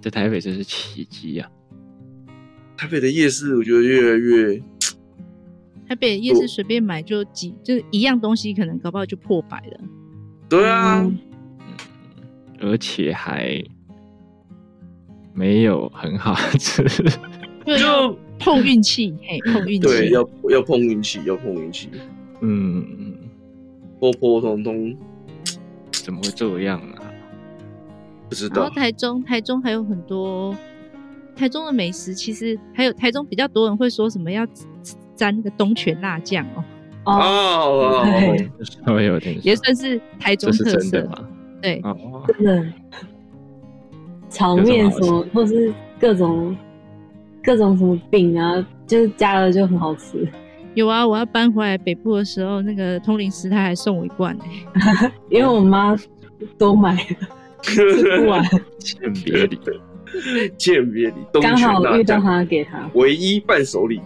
S1: 在台北真是奇迹啊！
S2: 台北的夜市我觉得越来越……
S5: 台北夜市
S2: 我
S5: 随便买就几就是一样东西，可能搞不好就破百了。
S2: 对啊，
S4: 嗯
S1: 而且还没有很好吃，
S5: 对，就碰运气，嘿，碰运气。
S2: 对，要要碰运气，要碰运气，
S1: 嗯，嗯
S2: 破破通通
S1: 怎么会这样啊？
S2: 不知
S5: 然后
S2: 道。
S5: 台中，台中还有很多台中的美食，其实还有台中比较多人会说什么要沾那个东泉辣酱哦，
S2: 哦，
S4: 哦，对
S1: 稍微有点像，
S5: 也算是台中
S1: 这是
S5: 特
S1: 真
S5: 色
S1: 的。吗？
S5: 对，
S1: 哦，
S4: 真的，炒面什么，或是各种各种什么饼啊，就是加了就很好吃。
S5: 有啊，我要搬回来北部的时候，那个通灵师他还送我一罐、欸，
S4: 因为我妈多买吃不完，
S1: 欠别离，
S2: 鉴别你东
S4: 刚
S2: 泉
S4: 好
S2: 辣
S4: 遇到
S2: 酱
S4: 她给她。
S2: 唯一伴手礼，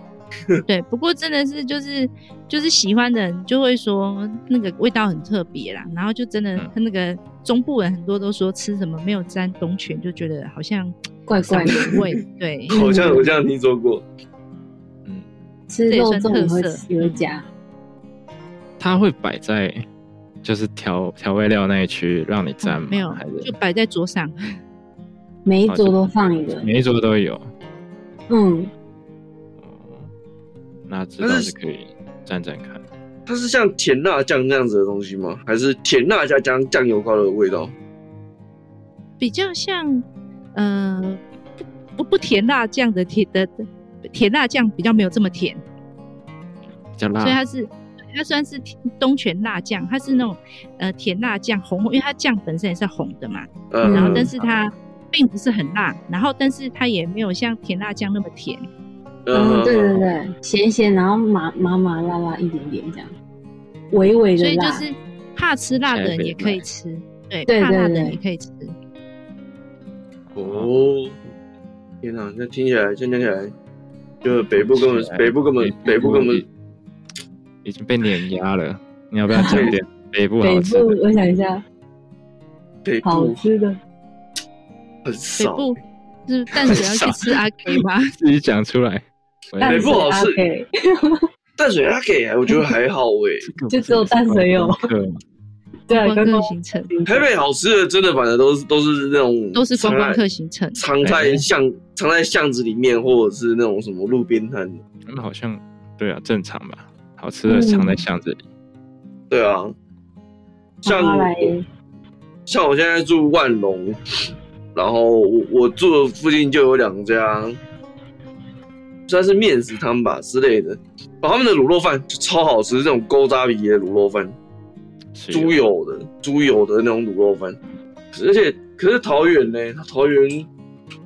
S5: 对。不过真的是就是就是喜欢的人就会说那个味道很特别啦，然后就真的
S1: 嗯
S5: 那个中部人很多都说吃什么没有沾东泉就觉得好 像
S4: 怪怪的
S5: 少点味， 对。
S2: 好像我这样听说过。
S4: 吃肉粽也会
S5: 这也算特色
S4: 也会加，
S1: 它会摆在就是调调味料那一区让你蘸吗？
S5: 没有
S1: 还，是
S5: 就摆在桌上。
S4: 每一桌都放一个。
S1: 每一桌都有？
S4: 嗯，
S1: 哦，那这倒是可以蘸蘸看。
S2: 它是像甜辣酱那样子的东西吗？还是甜辣加酱酱油膏的味道？
S5: 比较像，呃，不不不甜辣酱的甜的的甜辣酱比较没有这么甜，
S1: 比较
S5: 所以
S1: 辣，
S5: 它是它虽然是甜东泉辣酱，它是那种呃甜辣酱红，因为它酱本身也是红的嘛，
S2: 嗯，
S5: 然后但是它并不是很辣，然后但是它也没有像甜辣酱那么甜，
S4: 嗯，对对
S2: 嗯
S4: 对，咸咸，然后麻麻麻辣辣一点点这样，微微
S5: 所
S4: 的
S5: 以就
S4: 辣。
S5: 是怕吃辣的
S1: 现在
S5: 人
S1: 被
S5: 也可以
S1: 卖
S5: 吃，对，
S4: 对
S5: 怕
S4: 对
S5: 辣的
S4: 对
S5: 人也可以吃。
S2: 哦，天哪，那听起来，这样听起来，就是北部根
S1: 起
S2: 本，
S1: 来
S2: 北部根本，北部根本，
S1: 已经被碾压了。你要不要讲点北部
S4: 北
S1: 好吃
S4: 部
S1: 的？
S4: 我想一下，
S2: 北
S4: 好
S2: 部
S4: 吃的
S2: 很
S5: 北
S2: 少。
S5: 部是淡水要去吃阿 K 吗？
S1: 自己讲出来。喂
S4: 淡
S2: 北
S4: 水
S2: 部好吃
S4: 阿 K，
S2: 淡水阿给，我觉得还好欸 诶、
S1: 这个不
S4: 就是只有淡水有
S1: 观光客吗
S4: 对，
S5: 观
S4: 刚
S5: 光客
S4: 刚
S5: 行程
S2: 台北好吃的，真的反正都是都是那种
S5: 都是观光客
S2: 常在
S5: 行程，
S2: 常在巷常在巷子里面，或者是那种什么路边摊。
S1: 他们好像对啊，正常吧？好吃的
S4: 嗯
S1: 藏在巷子里，
S2: 对啊，像
S4: 妈妈来
S2: 像我现在住万隆，然后我我住的附近就有两家，算是面食汤吧之类的，把他们的卤肉饭就超好吃，这种勾扎皮的卤肉饭，
S1: 是
S2: 猪油的猪油的那种卤肉饭，可是而且可是桃园呢，桃园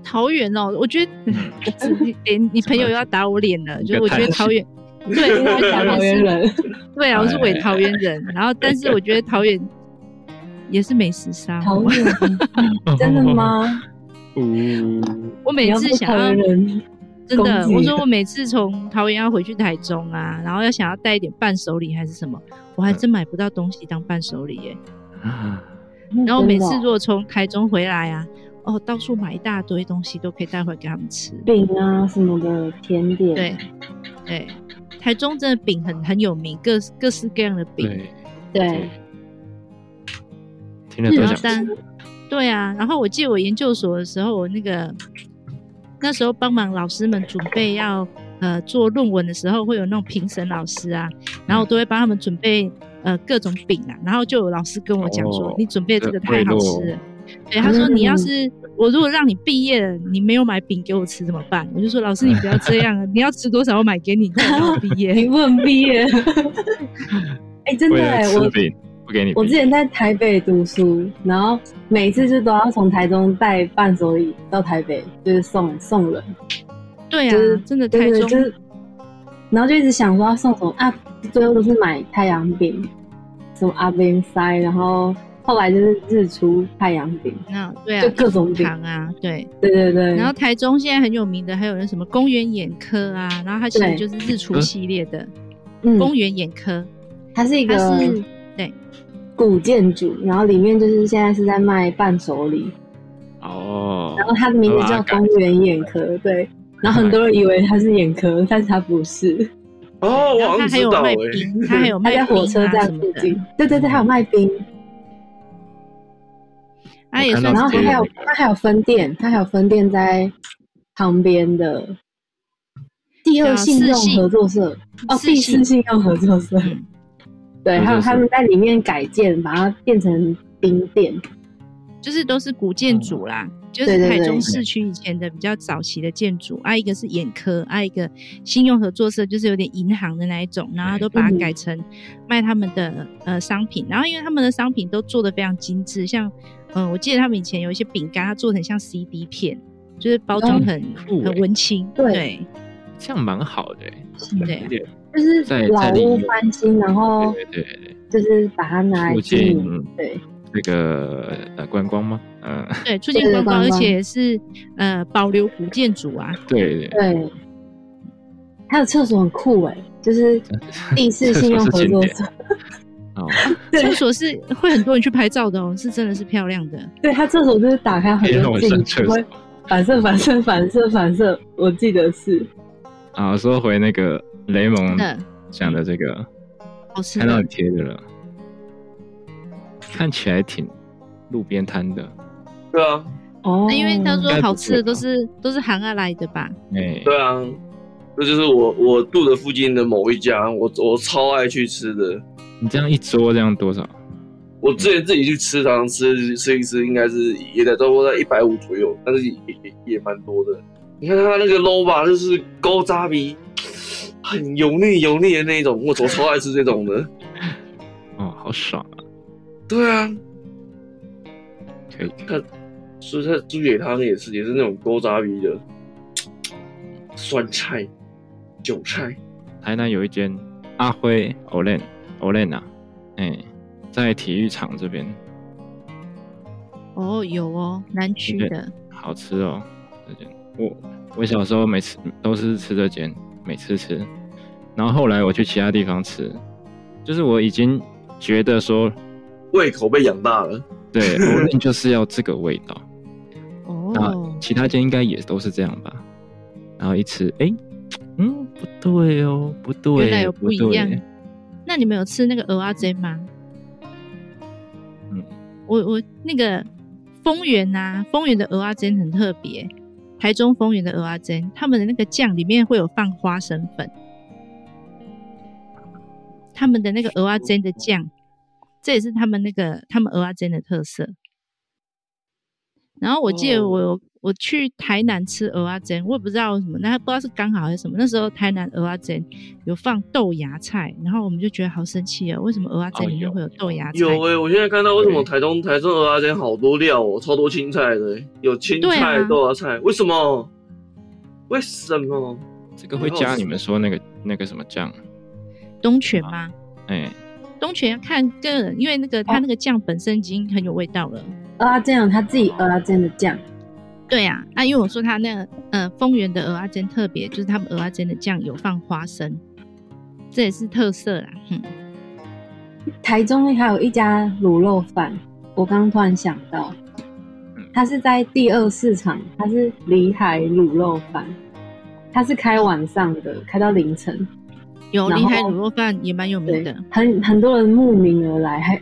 S5: 桃园哦，我觉得我自己连你朋友要打我脸了，
S1: 你
S5: 就
S1: 别
S5: 是我觉得
S1: 叹
S5: 桃园，对，
S4: 因
S5: 因
S4: 为
S5: 为我
S4: 我是
S5: 桃
S4: 桃
S5: 园
S4: 园
S5: 是，
S4: 人，
S5: 对啊，我是伪桃园人，然后但是我觉得桃园也是美食沙
S4: 桃
S5: 漠。
S4: 园真的？吗？
S1: 呜，
S5: 我
S4: 你
S5: 每
S4: 要
S5: 次
S4: 说
S5: 想
S4: 桃
S5: 要
S4: 园人，
S5: 真的，
S4: 攻击
S5: 我说我每次从桃园要回去台中啊，然后要想要带一点伴手礼还是什么，我还真买不到东西当伴手礼耶。 然后每次
S4: 真
S5: 如
S4: 的哦
S5: 果从台中回来啊，哦，到处买一大堆东西都可以带回来给他们吃。
S4: 饼啊什么的甜点，
S5: 对，对，台中真的饼很很有名，各各式各样的 饼。
S4: 啊
S1: 对，
S4: 对，
S1: 听着都
S5: 然后
S1: 想
S5: 当
S1: 吃。
S5: 对啊，然后我记得我研究所的时候，我那个那时候帮忙老师们准备要呃做论文的时候，会有那种评审老师啊，然后我都会帮他们准备呃各种饼啊，然后就有老师跟我讲说，
S1: 哦
S5: 你准备的这个
S1: 这味
S5: 太
S1: 道
S5: 好吃了。对，他说
S4: 嗯
S5: 你要是我如果让你毕业了，你没有买饼给我吃怎么办？我就说老师你不要这样啊，你要吃多少我买给你，你才让我毕业。
S4: 你不能毕业。 哎、真的
S1: 为
S4: 哎、
S1: 了
S4: 我
S1: 吃饼不给你
S4: 我之
S1: 饼，
S4: 前在台北读书，然后每次就都要从台中带伴手礼到台北，就是送送人，
S5: 对
S4: 就是
S5: 啊，真的
S4: 对
S5: 台
S4: 对，
S5: 中
S4: 就是，然后就一直想说要送什么啊，最后都是买太阳饼，什么阿冰塞，然后后来就是日出太阳饼，
S5: 那对啊，
S4: 就各种饼
S5: 糖啊，对，
S4: 对对对，
S5: 然后台中现在很有名的还有那什么公园眼科啊，然后它其实
S4: 对
S5: 就是日出
S1: 嗯
S5: 系列的
S4: 嗯，
S5: 公园眼科，
S4: 它是一
S5: 它
S4: 个
S5: 是
S4: 古建筑，然后里面就是现在是在卖伴手礼，
S1: 哦，
S4: 然后它的名字叫公园眼科，对。然后很多人以为它是眼科，但是它不是，
S2: 哦，我
S5: 然后
S2: 好像
S5: 它还
S2: 知
S5: 有
S2: 道哎、
S5: 卖冰，它还有
S4: 它
S5: 卖
S4: 在火
S5: 冰
S4: 车
S5: 啊什
S4: 站
S5: 么
S4: 附
S5: 的，哦
S4: 近。对对对，还有卖冰，
S5: 它也
S1: 我看到
S5: 算
S4: 然
S5: 是
S1: 这
S4: 后它
S1: 个
S4: 还有它还有分店，它还有分店在旁边的第二信用合作社
S5: 叫
S4: 哦，
S5: 啊四信
S4: 第四信用合作社，
S5: 嗯
S4: 对，
S1: 合作社
S4: 还有他们在里面改建，把它变成冰店，
S5: 就是都是古建筑啦，就是
S4: 嗯对对
S5: 台中
S4: 对
S5: 市区以前的比较早期的建筑，啊，一个是眼科，啊，一个信用合作社，就是有点银行的那一种，然后都
S4: 嗯
S5: 把它改成卖他们的呃商品，然后因为他们的商品都做的非常精致，像嗯、呃我记得他们以前有一些饼干，它做成像 CD 片，就是包装
S4: 哦
S5: 很、
S1: 酷
S5: 很
S1: 欸
S5: 文青，
S4: 对
S5: 对
S1: 这样蛮好的欸，
S5: 对啊
S1: 有点
S4: 就是
S1: 在
S4: 老
S1: 在利
S4: 屋
S1: 用
S4: 翻新，然后
S1: 对对对
S4: 就是把它拿
S1: 对，
S4: 来
S1: 促
S4: 经营，
S5: 嗯
S1: 进
S4: 对，
S1: 这个呃观光吗？嗯，
S5: 对，促进
S4: 对对
S5: 观光，而
S4: 观光
S5: 且也是呃保留古建筑啊，
S1: 对对，
S4: 对，他的厕所很酷哎， 就是第四信用合作社，
S1: 哦，
S4: 对
S5: 厕所是会很多人去拍照的哦，是真的是漂亮
S1: 嗯
S5: 的。
S4: 对他厕所就是打开
S1: 可以让
S4: 很多
S1: 我
S4: 镜
S1: 上
S4: 子
S1: 厕
S4: 会
S1: 所
S4: 反射反射反射反射，我记得是
S1: 啊。说回那个雷蒙
S5: 真
S4: 嗯
S5: 的
S1: 讲的这个，
S5: 好吃哦
S1: 看到
S5: 的
S1: 你，贴的了，看起来挺路边摊的，
S2: 对啊，
S4: 哦
S5: 那因为他说
S1: 该不
S5: 好吃的都
S1: 会吧
S5: 是都是韩啊来的吧？
S1: 哎，
S2: 对啊，这就是我我住的附近的某一家，我我超爱去吃的。
S1: 你这样一桌这样多少？
S2: 我之前自己去吃，常常吃吃一吃，应该是也得差不多在一百五左右，但是也也也蛮多的。你看它那个 low 吧，就是勾扎鼻，很油腻油腻的那种，我我超爱吃这种的。
S1: 哦，好爽啊！
S2: 对啊，
S1: 可以，可以
S2: 所以它猪血汤也是也是那种勾扎鼻的，酸菜、韭菜，
S1: 台南有一间阿辉 Olen Olen 啊，哎，在体育场这边
S5: 哦，有哦，南区的，
S1: 好吃哦，这间我我小时候每次都是吃这间，每次吃，然后后来我去其他地方吃，就是我已经觉得说，
S2: 胃口被养大了。
S1: 对 Olen 就是要这个味道，
S5: 哦
S1: 那，其他间应该也都是这样吧，然后一吃，哎，嗯，不对哦，不对，
S5: 原来有不一样
S1: 对。
S5: 那你们有吃那个鹅阿珍吗？
S1: 嗯，
S5: 我我那个丰原呐，丰原的鹅阿珍很特别，台中丰原的鹅阿珍，他们的那个酱里面会有放花生粉，他们的那个鹅阿珍的酱，这也是他们那个他们鹅阿珍的特色。然后我记得
S2: 哦
S5: 我有、我去台南吃鹅阿珍，我也不知道为什么，那不知道是刚好还是什么。那时候台南鹅阿珍有放豆芽菜，然后我们就觉得好生气哦，为什么鹅阿珍
S1: 哦
S5: 里面
S1: 有啊
S5: 会有豆芽菜？
S2: 有哎、我现在看到为什么
S1: 对
S2: 台中台中的阿珍好多料哦，超多青菜的欸、有青
S5: 对
S2: 菜、
S5: 啊
S2: 豆芽菜，为什么？为什么？
S1: 这个会加你们说那个那个什么酱，
S5: 东泉吗？
S1: 哎，
S5: 东泉要看个人，因为那
S4: 哦
S5: 个它那个酱本身已经很有味道了。
S4: 鹅阿酱，他自己鹅阿酱的酱，
S5: 对呀、啊，因为我说它那个呃丰原的鹅阿珍特别，就是他们鹅阿珍的酱有放花生，这也是特色啦。嗯，
S4: 台中还有一家卤肉饭，我刚刚突然想到，
S1: 嗯
S4: 它是在第二市场，它是里海卤肉饭，它是开晚上的，开到凌晨，
S5: 有
S4: 然
S5: 离
S4: 后
S5: 海卤肉饭也蛮有名
S4: 对
S5: 的，，
S4: 很很多人慕名而来，还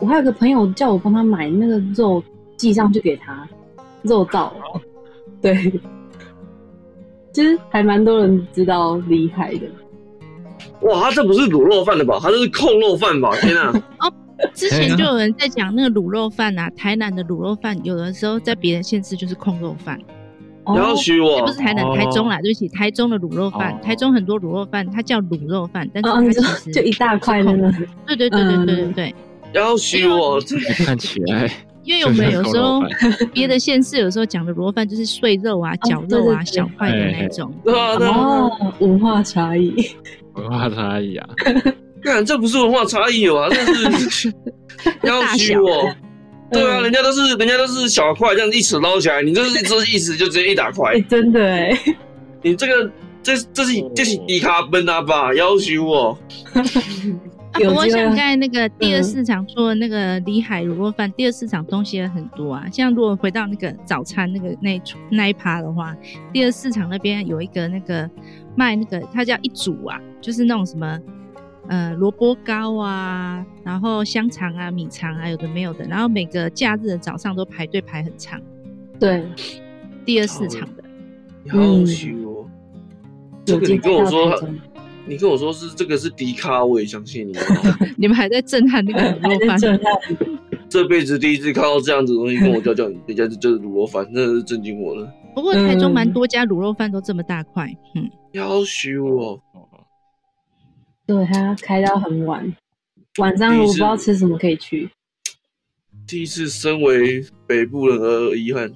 S4: 我还有个朋友叫我帮他买那个肉寄上去给他，肉燥，
S2: 哦
S4: 对，就是还蛮多人知道里海的，
S2: 哇，它这不是卤肉饭的吧？它这是控肉饭吧？天啊！
S5: 之前
S1: 啊
S5: 就有人在讲那个卤肉饭啊，台南的卤肉饭，有的时候在别人县市就是控肉饭，
S4: 哦
S2: 不要
S4: 啊
S2: 许我，
S5: 哎不是台南，
S1: 哦
S5: 台中啦，对不起，台中的卤肉饭
S1: 哦，
S5: 台中很多卤肉饭，它叫卤肉饭，但是
S4: 哦，
S5: 它
S4: 你
S5: 其
S4: 说
S5: 实
S4: 就一大块
S5: 控
S4: 真的，
S5: 对对对对对对
S4: 嗯
S5: 对，
S2: 哦要许
S5: 哦
S2: 我，这
S1: 看起来
S5: 因为我们有时候
S1: 就
S5: 别的县市有时候讲的卤肉饭就是碎肉啊、绞肉啊、
S4: 哦对对对
S5: 小块的那种，
S2: 对啊，对啊，
S4: 哦，文化差异，
S1: 文化差异啊，
S2: 看这不是文化差异吧？这 是要
S5: 大
S2: 许
S5: 小
S2: 我。对啊，
S4: 嗯
S2: 人家都是人家都是小块这样一尺捞起来，你这是这一尺就直接一大块
S4: 哎，， 真的哎，
S2: 你这个这这是这是低卡奔啊吧？要许我，
S5: 啊
S4: 有
S5: 不过
S4: 这个
S5: 像刚才那个第二
S4: 嗯
S5: 市场说的那个里海卤肉饭，第二市场东西也很多啊。像如果回到那个早餐那个那一出那一趴的话，第二市场那边有一个那个卖那个，它叫一煮啊，就是那种什么呃萝卜糕啊，然后香肠啊、米肠啊，有的没有的。然后每个假日的早上都排队排很长，
S4: 对，
S5: 第二市场的。 嗯
S2: 要许我。这
S4: 有
S2: 个
S4: 机
S2: 你
S4: 会
S2: 跟我
S4: 到台
S2: 说
S4: 中，
S2: 你跟我说是这个是低卡，我也相信你。啊
S5: 你们还在震撼那个卤肉
S4: 还
S5: 饭
S4: 是，震撼，
S2: 这辈子第一次看到这样子的东西，跟我叫叫你，人家就就是卤肉饭，真的是震惊我了。
S5: 不过台中蛮
S4: 嗯
S5: 多家卤肉饭都这么大块，嗯。
S2: 要许我，
S4: 对，他开到很晚，晚上我不知道吃什么可以去，
S2: 第一次身为北部人而遗憾。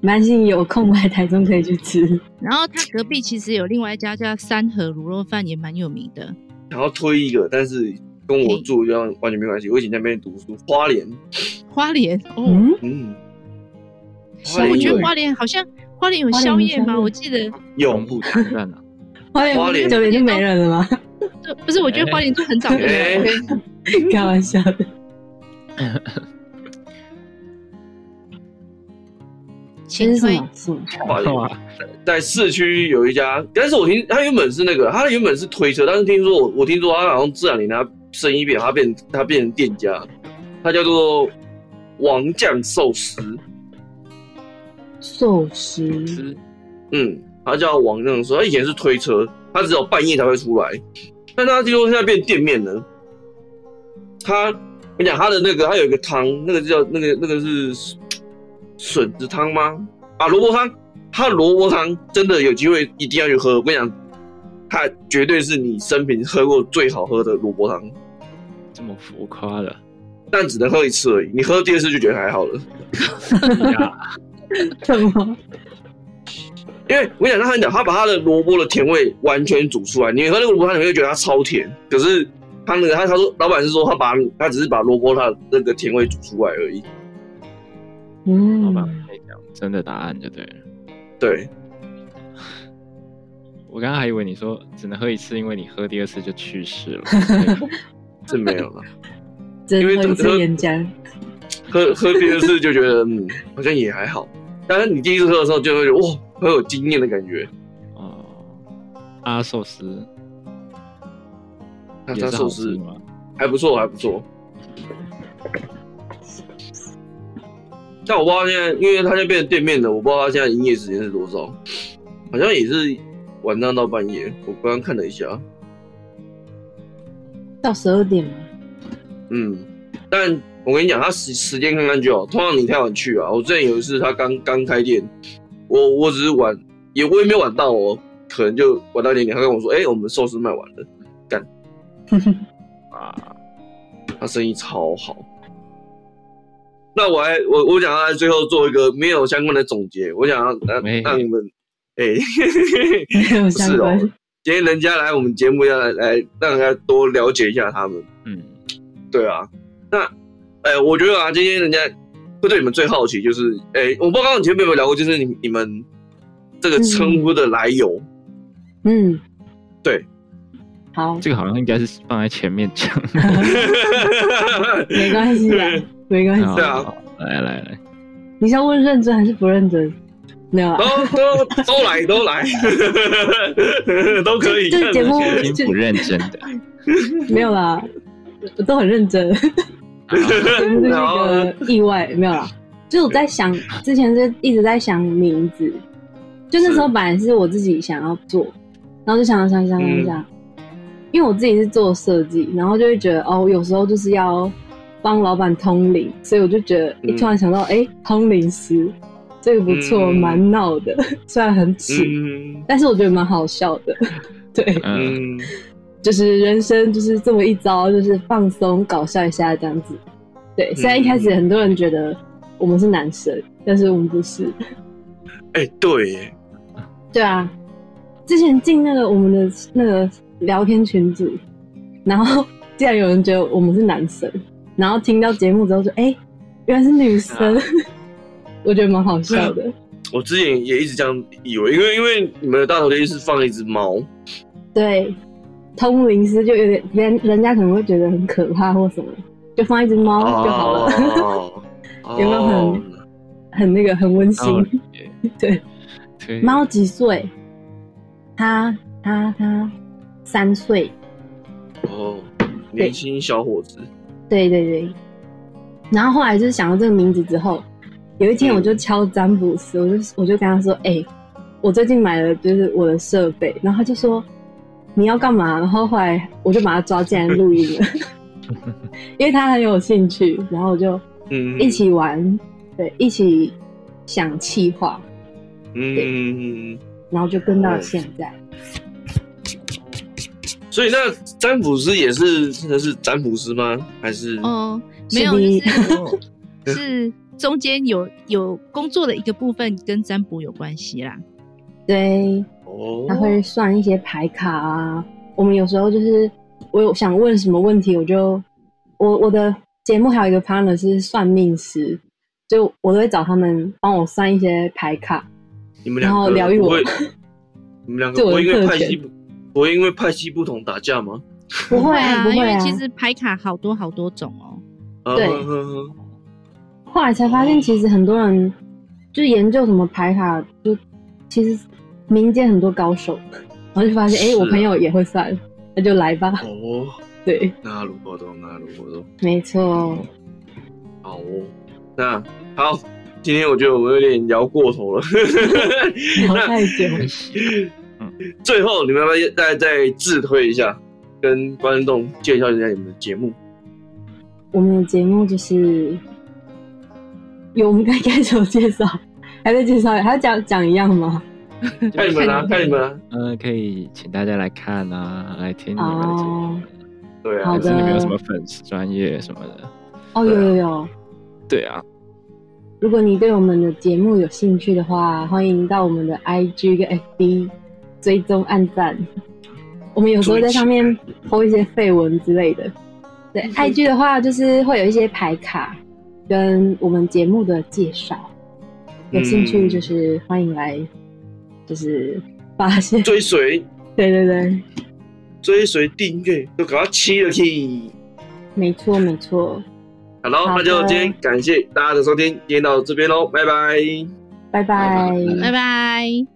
S4: 蛮幸有空来台中可以去吃，
S5: 然后它隔壁其实有另外一家叫三和卤肉饭，也蛮有名的。
S2: 想要推一个，但是跟我住这样完全没关系。我以前在那边读书，花莲，
S5: 花莲哦，
S4: 嗯，
S2: 嗯，
S4: 是
S5: 我
S2: 有
S5: 觉得花莲好像花莲有宵夜吗？我
S4: 花莲有
S5: 记得
S2: 有
S1: 恐怖挑战啊，
S4: 花莲
S2: 花莲
S4: 九点就没人了吗？
S5: 就不是，我觉得花莲就很早就有
S2: 哎、
S5: 了。
S4: 开玩笑的，其
S5: 请
S4: 实是
S5: 推
S4: 吗？是吗？
S2: 花莲
S1: 哇，
S2: 在市区有一家，但是我听他原本是那个，他原本是推车，但是听说我我听说他好像这两年他生意变，他变他变成店家，他叫做王酱寿司，
S4: 寿司，
S1: 是
S2: 嗯，他叫王酱寿司，他以前是推车，他只有半夜才会出来，但他听说现在变店面了，他我跟你讲他的那个，他有一个汤，那个叫那个那个是笋子汤吗？啊，萝卜汤，他的萝卜汤真的有机会一定要去喝。我跟你讲，它绝对是你生平喝过最好喝的萝卜汤，
S1: 这么浮夸的，
S2: 但只能喝一次而已。你喝第二次就觉得还好了，
S5: 嗯
S1: 呀，
S4: 什么？
S2: 因为我跟你讲，他很讲，他把他的萝卜的甜味完全煮出来。你喝那个萝卜汤，你会觉得它超甜，可是他那个他他说老板是说他把他只是把萝卜它的那个甜味煮出来而已。
S1: 老板
S4: 嗯，
S1: 可以讲真的答案就对了。
S2: 对，
S1: 我刚刚还以为你说只能喝一次，因为你喝第二次就去世了。所以
S2: 这没有了。
S4: 只
S2: 因为
S4: 喝一
S2: 这
S4: 次
S2: 个
S4: 岩浆，
S2: 喝喝第二次就觉得嗯，好像也还好。但是你第一次喝的时候就会觉得哇，很有经验的感觉。
S1: 哦，阿寿司
S2: 他
S1: 也
S2: 他
S1: 是好
S2: 寿
S1: 吃
S2: 司
S1: 吗？
S2: 还不错，还不错。但我不知道现在，因为他现在变成店面了，我不知道他现在营业时间是多少，好像也是晚上到半夜。我刚刚看了一下，
S4: 到十二点吗？
S2: 嗯，但我跟你讲，他时时间看看就好。通常你太晚去啊，我之前有一次他刚刚开店，我我只是晚，也我也没有晚到哦，可能就晚到一点点。他跟我说，哎、我们寿司卖完了，
S1: 啊，
S2: 他生意超好。那我还我我想要在最后做一个没有相关的总结，我想要让
S1: 没
S2: 让你们，哎、
S4: 没有
S2: 不是
S4: 相
S2: 哦
S4: 关，，
S2: 今天人家来我们节目要来来让大家多了解一下他们，
S1: 嗯，
S2: 对啊，那，哎、我觉得啊，今天人家会对你们最好奇就是，哎、我不知道刚刚你前面有没有聊过，就是你你们这个称呼的来 由，
S4: 嗯，
S2: 对，
S4: 好，
S1: 这个好像应该是放在前面讲。
S4: 没关系啦，没关
S1: 好
S4: 系
S2: 对，啊，
S1: 哦好来来来，
S4: 你是要问认真还是不认真？没有啊，
S2: 都都都来都来， 都可以。
S4: 这这节目
S1: 已经
S4: 就
S1: 不认真的。
S4: 没有啦，我都很认真。节目就是一
S2: 然后
S4: 个意外，没有啦。就是我在想，之前就一直在想名字，就那时候本来是我自己想要做，然后就想想想想想，因为我自己是做设计，然后就会觉得哦，有时候就是要帮老板通灵，所以我就觉得一
S2: 嗯
S4: 突然想到，哎、通灵师这个不错，
S2: 嗯
S4: 蛮闹的， 虽然很耻，
S2: 嗯
S4: 但是我觉得蛮好笑的。 对，
S1: 嗯，
S2: 嗯，
S4: 就是人生就是这么一招，就是放松搞笑一下这样子。对，虽然一开始很多人觉得我们是男生，但是我们不是。
S2: 哎，对耶，
S4: 对啊，之前进那个我们的那个聊天群组，然后竟然有人觉得我们是男生，然后听到节目之后说：“哎、原来是女生。 我觉得蛮好笑的。
S2: 我之前也一直这样以为，因为因为你们的大头贴是放了一只猫，
S4: 对，通灵师就有点人，人家可能会觉得很可怕或什么，就放一只猫就好了，
S2: 啊哦，哦
S4: 有没有很很那个很温馨。
S1: 道
S2: 嗯
S1: 理耶
S4: 对，
S1: 对，
S4: 猫几岁？它它它三岁。
S2: 哦，年轻小伙子，
S4: 对对对。然后后来就是想到这个名字之后，有一天我就敲占卜师，我就我就跟他说：“哎、我最近买了就是我的设备。”然后他就说：“你要干嘛？”然后后来我就把他抓进来录音了，因为他很有兴趣。然后我就
S2: 嗯，
S4: 一，起玩，对，一起想气话，
S2: 嗯，
S4: 然后就跟到现在。
S2: 所以那占卜师也是真的是占卜师吗？还是
S5: 哦，
S4: 是
S5: 没
S4: 哦
S5: 有，
S4: 你
S5: 就是我是中间有有工作的一个部分跟占卜有关系啦。
S4: 对，
S2: 哦
S4: 他会算一些牌卡啊。我们有时候就是我有想问什么问题，我就我我的节目还有一个 partner 是算命师，就我都会找他们帮我算一些牌卡。
S2: 你们两个
S4: 然后疗愈我
S2: 不会你们两
S4: 这
S2: 个不
S4: 我
S2: 会
S4: 的
S2: 因为派
S4: 特
S2: 系
S4: 权
S2: 不不会因为派系不同打架吗？
S4: 不会啊，不
S5: 因
S4: 会
S5: 为
S4: 啊。
S5: 其实牌卡好多好多种哦。
S2: 啊
S4: 对
S2: 呵呵呵
S4: 后来才发现，其实很多人就是研究什么牌卡，就其实民间很多高手，然后就发现，哎、
S2: 是啊
S4: 我朋友也会算，那就来吧。
S2: 哦，
S4: 对，
S2: 那如果懂，那如果懂，
S4: 没错。
S2: 好哦，那好，今天我觉得我们有点聊过头了。
S4: 聊
S2: 那
S4: 太久，
S2: 最后，你们要不要大家再自推一下，跟观众介绍一下你们的节目？
S4: 我们的节目就是有我们该开始有介绍， 还在介绍，还要讲讲一样吗？
S2: 看你们啦、
S5: 看
S2: 看
S5: 你们
S2: 你们啦、啊。
S1: 呃，可以请大家来看啊，来听你们的节目
S4: 哦，
S2: 对啊
S4: 好
S1: 还
S4: 的
S1: 是你们有什么粉丝专业什么的？
S4: 哦，有有有，
S1: 对啊，
S4: 如果你对我们的节目有兴趣的话，欢迎到我们的 IG 跟 FB 追踪按赞。我们有时候在上面 po 一些绯闻之类的。对，IG 的话就是会有一些牌卡跟我们节目的介绍，有兴趣就是欢迎来，就是发现。
S2: 追随
S4: 对对对。
S2: 追随订阅，都给它切了去。
S4: 没错，没错，
S2: 好喽，
S4: 好的
S2: 那就今天感谢大家的收听，今天到这边喽，拜拜。
S4: 拜拜。
S1: 拜
S5: 拜拜。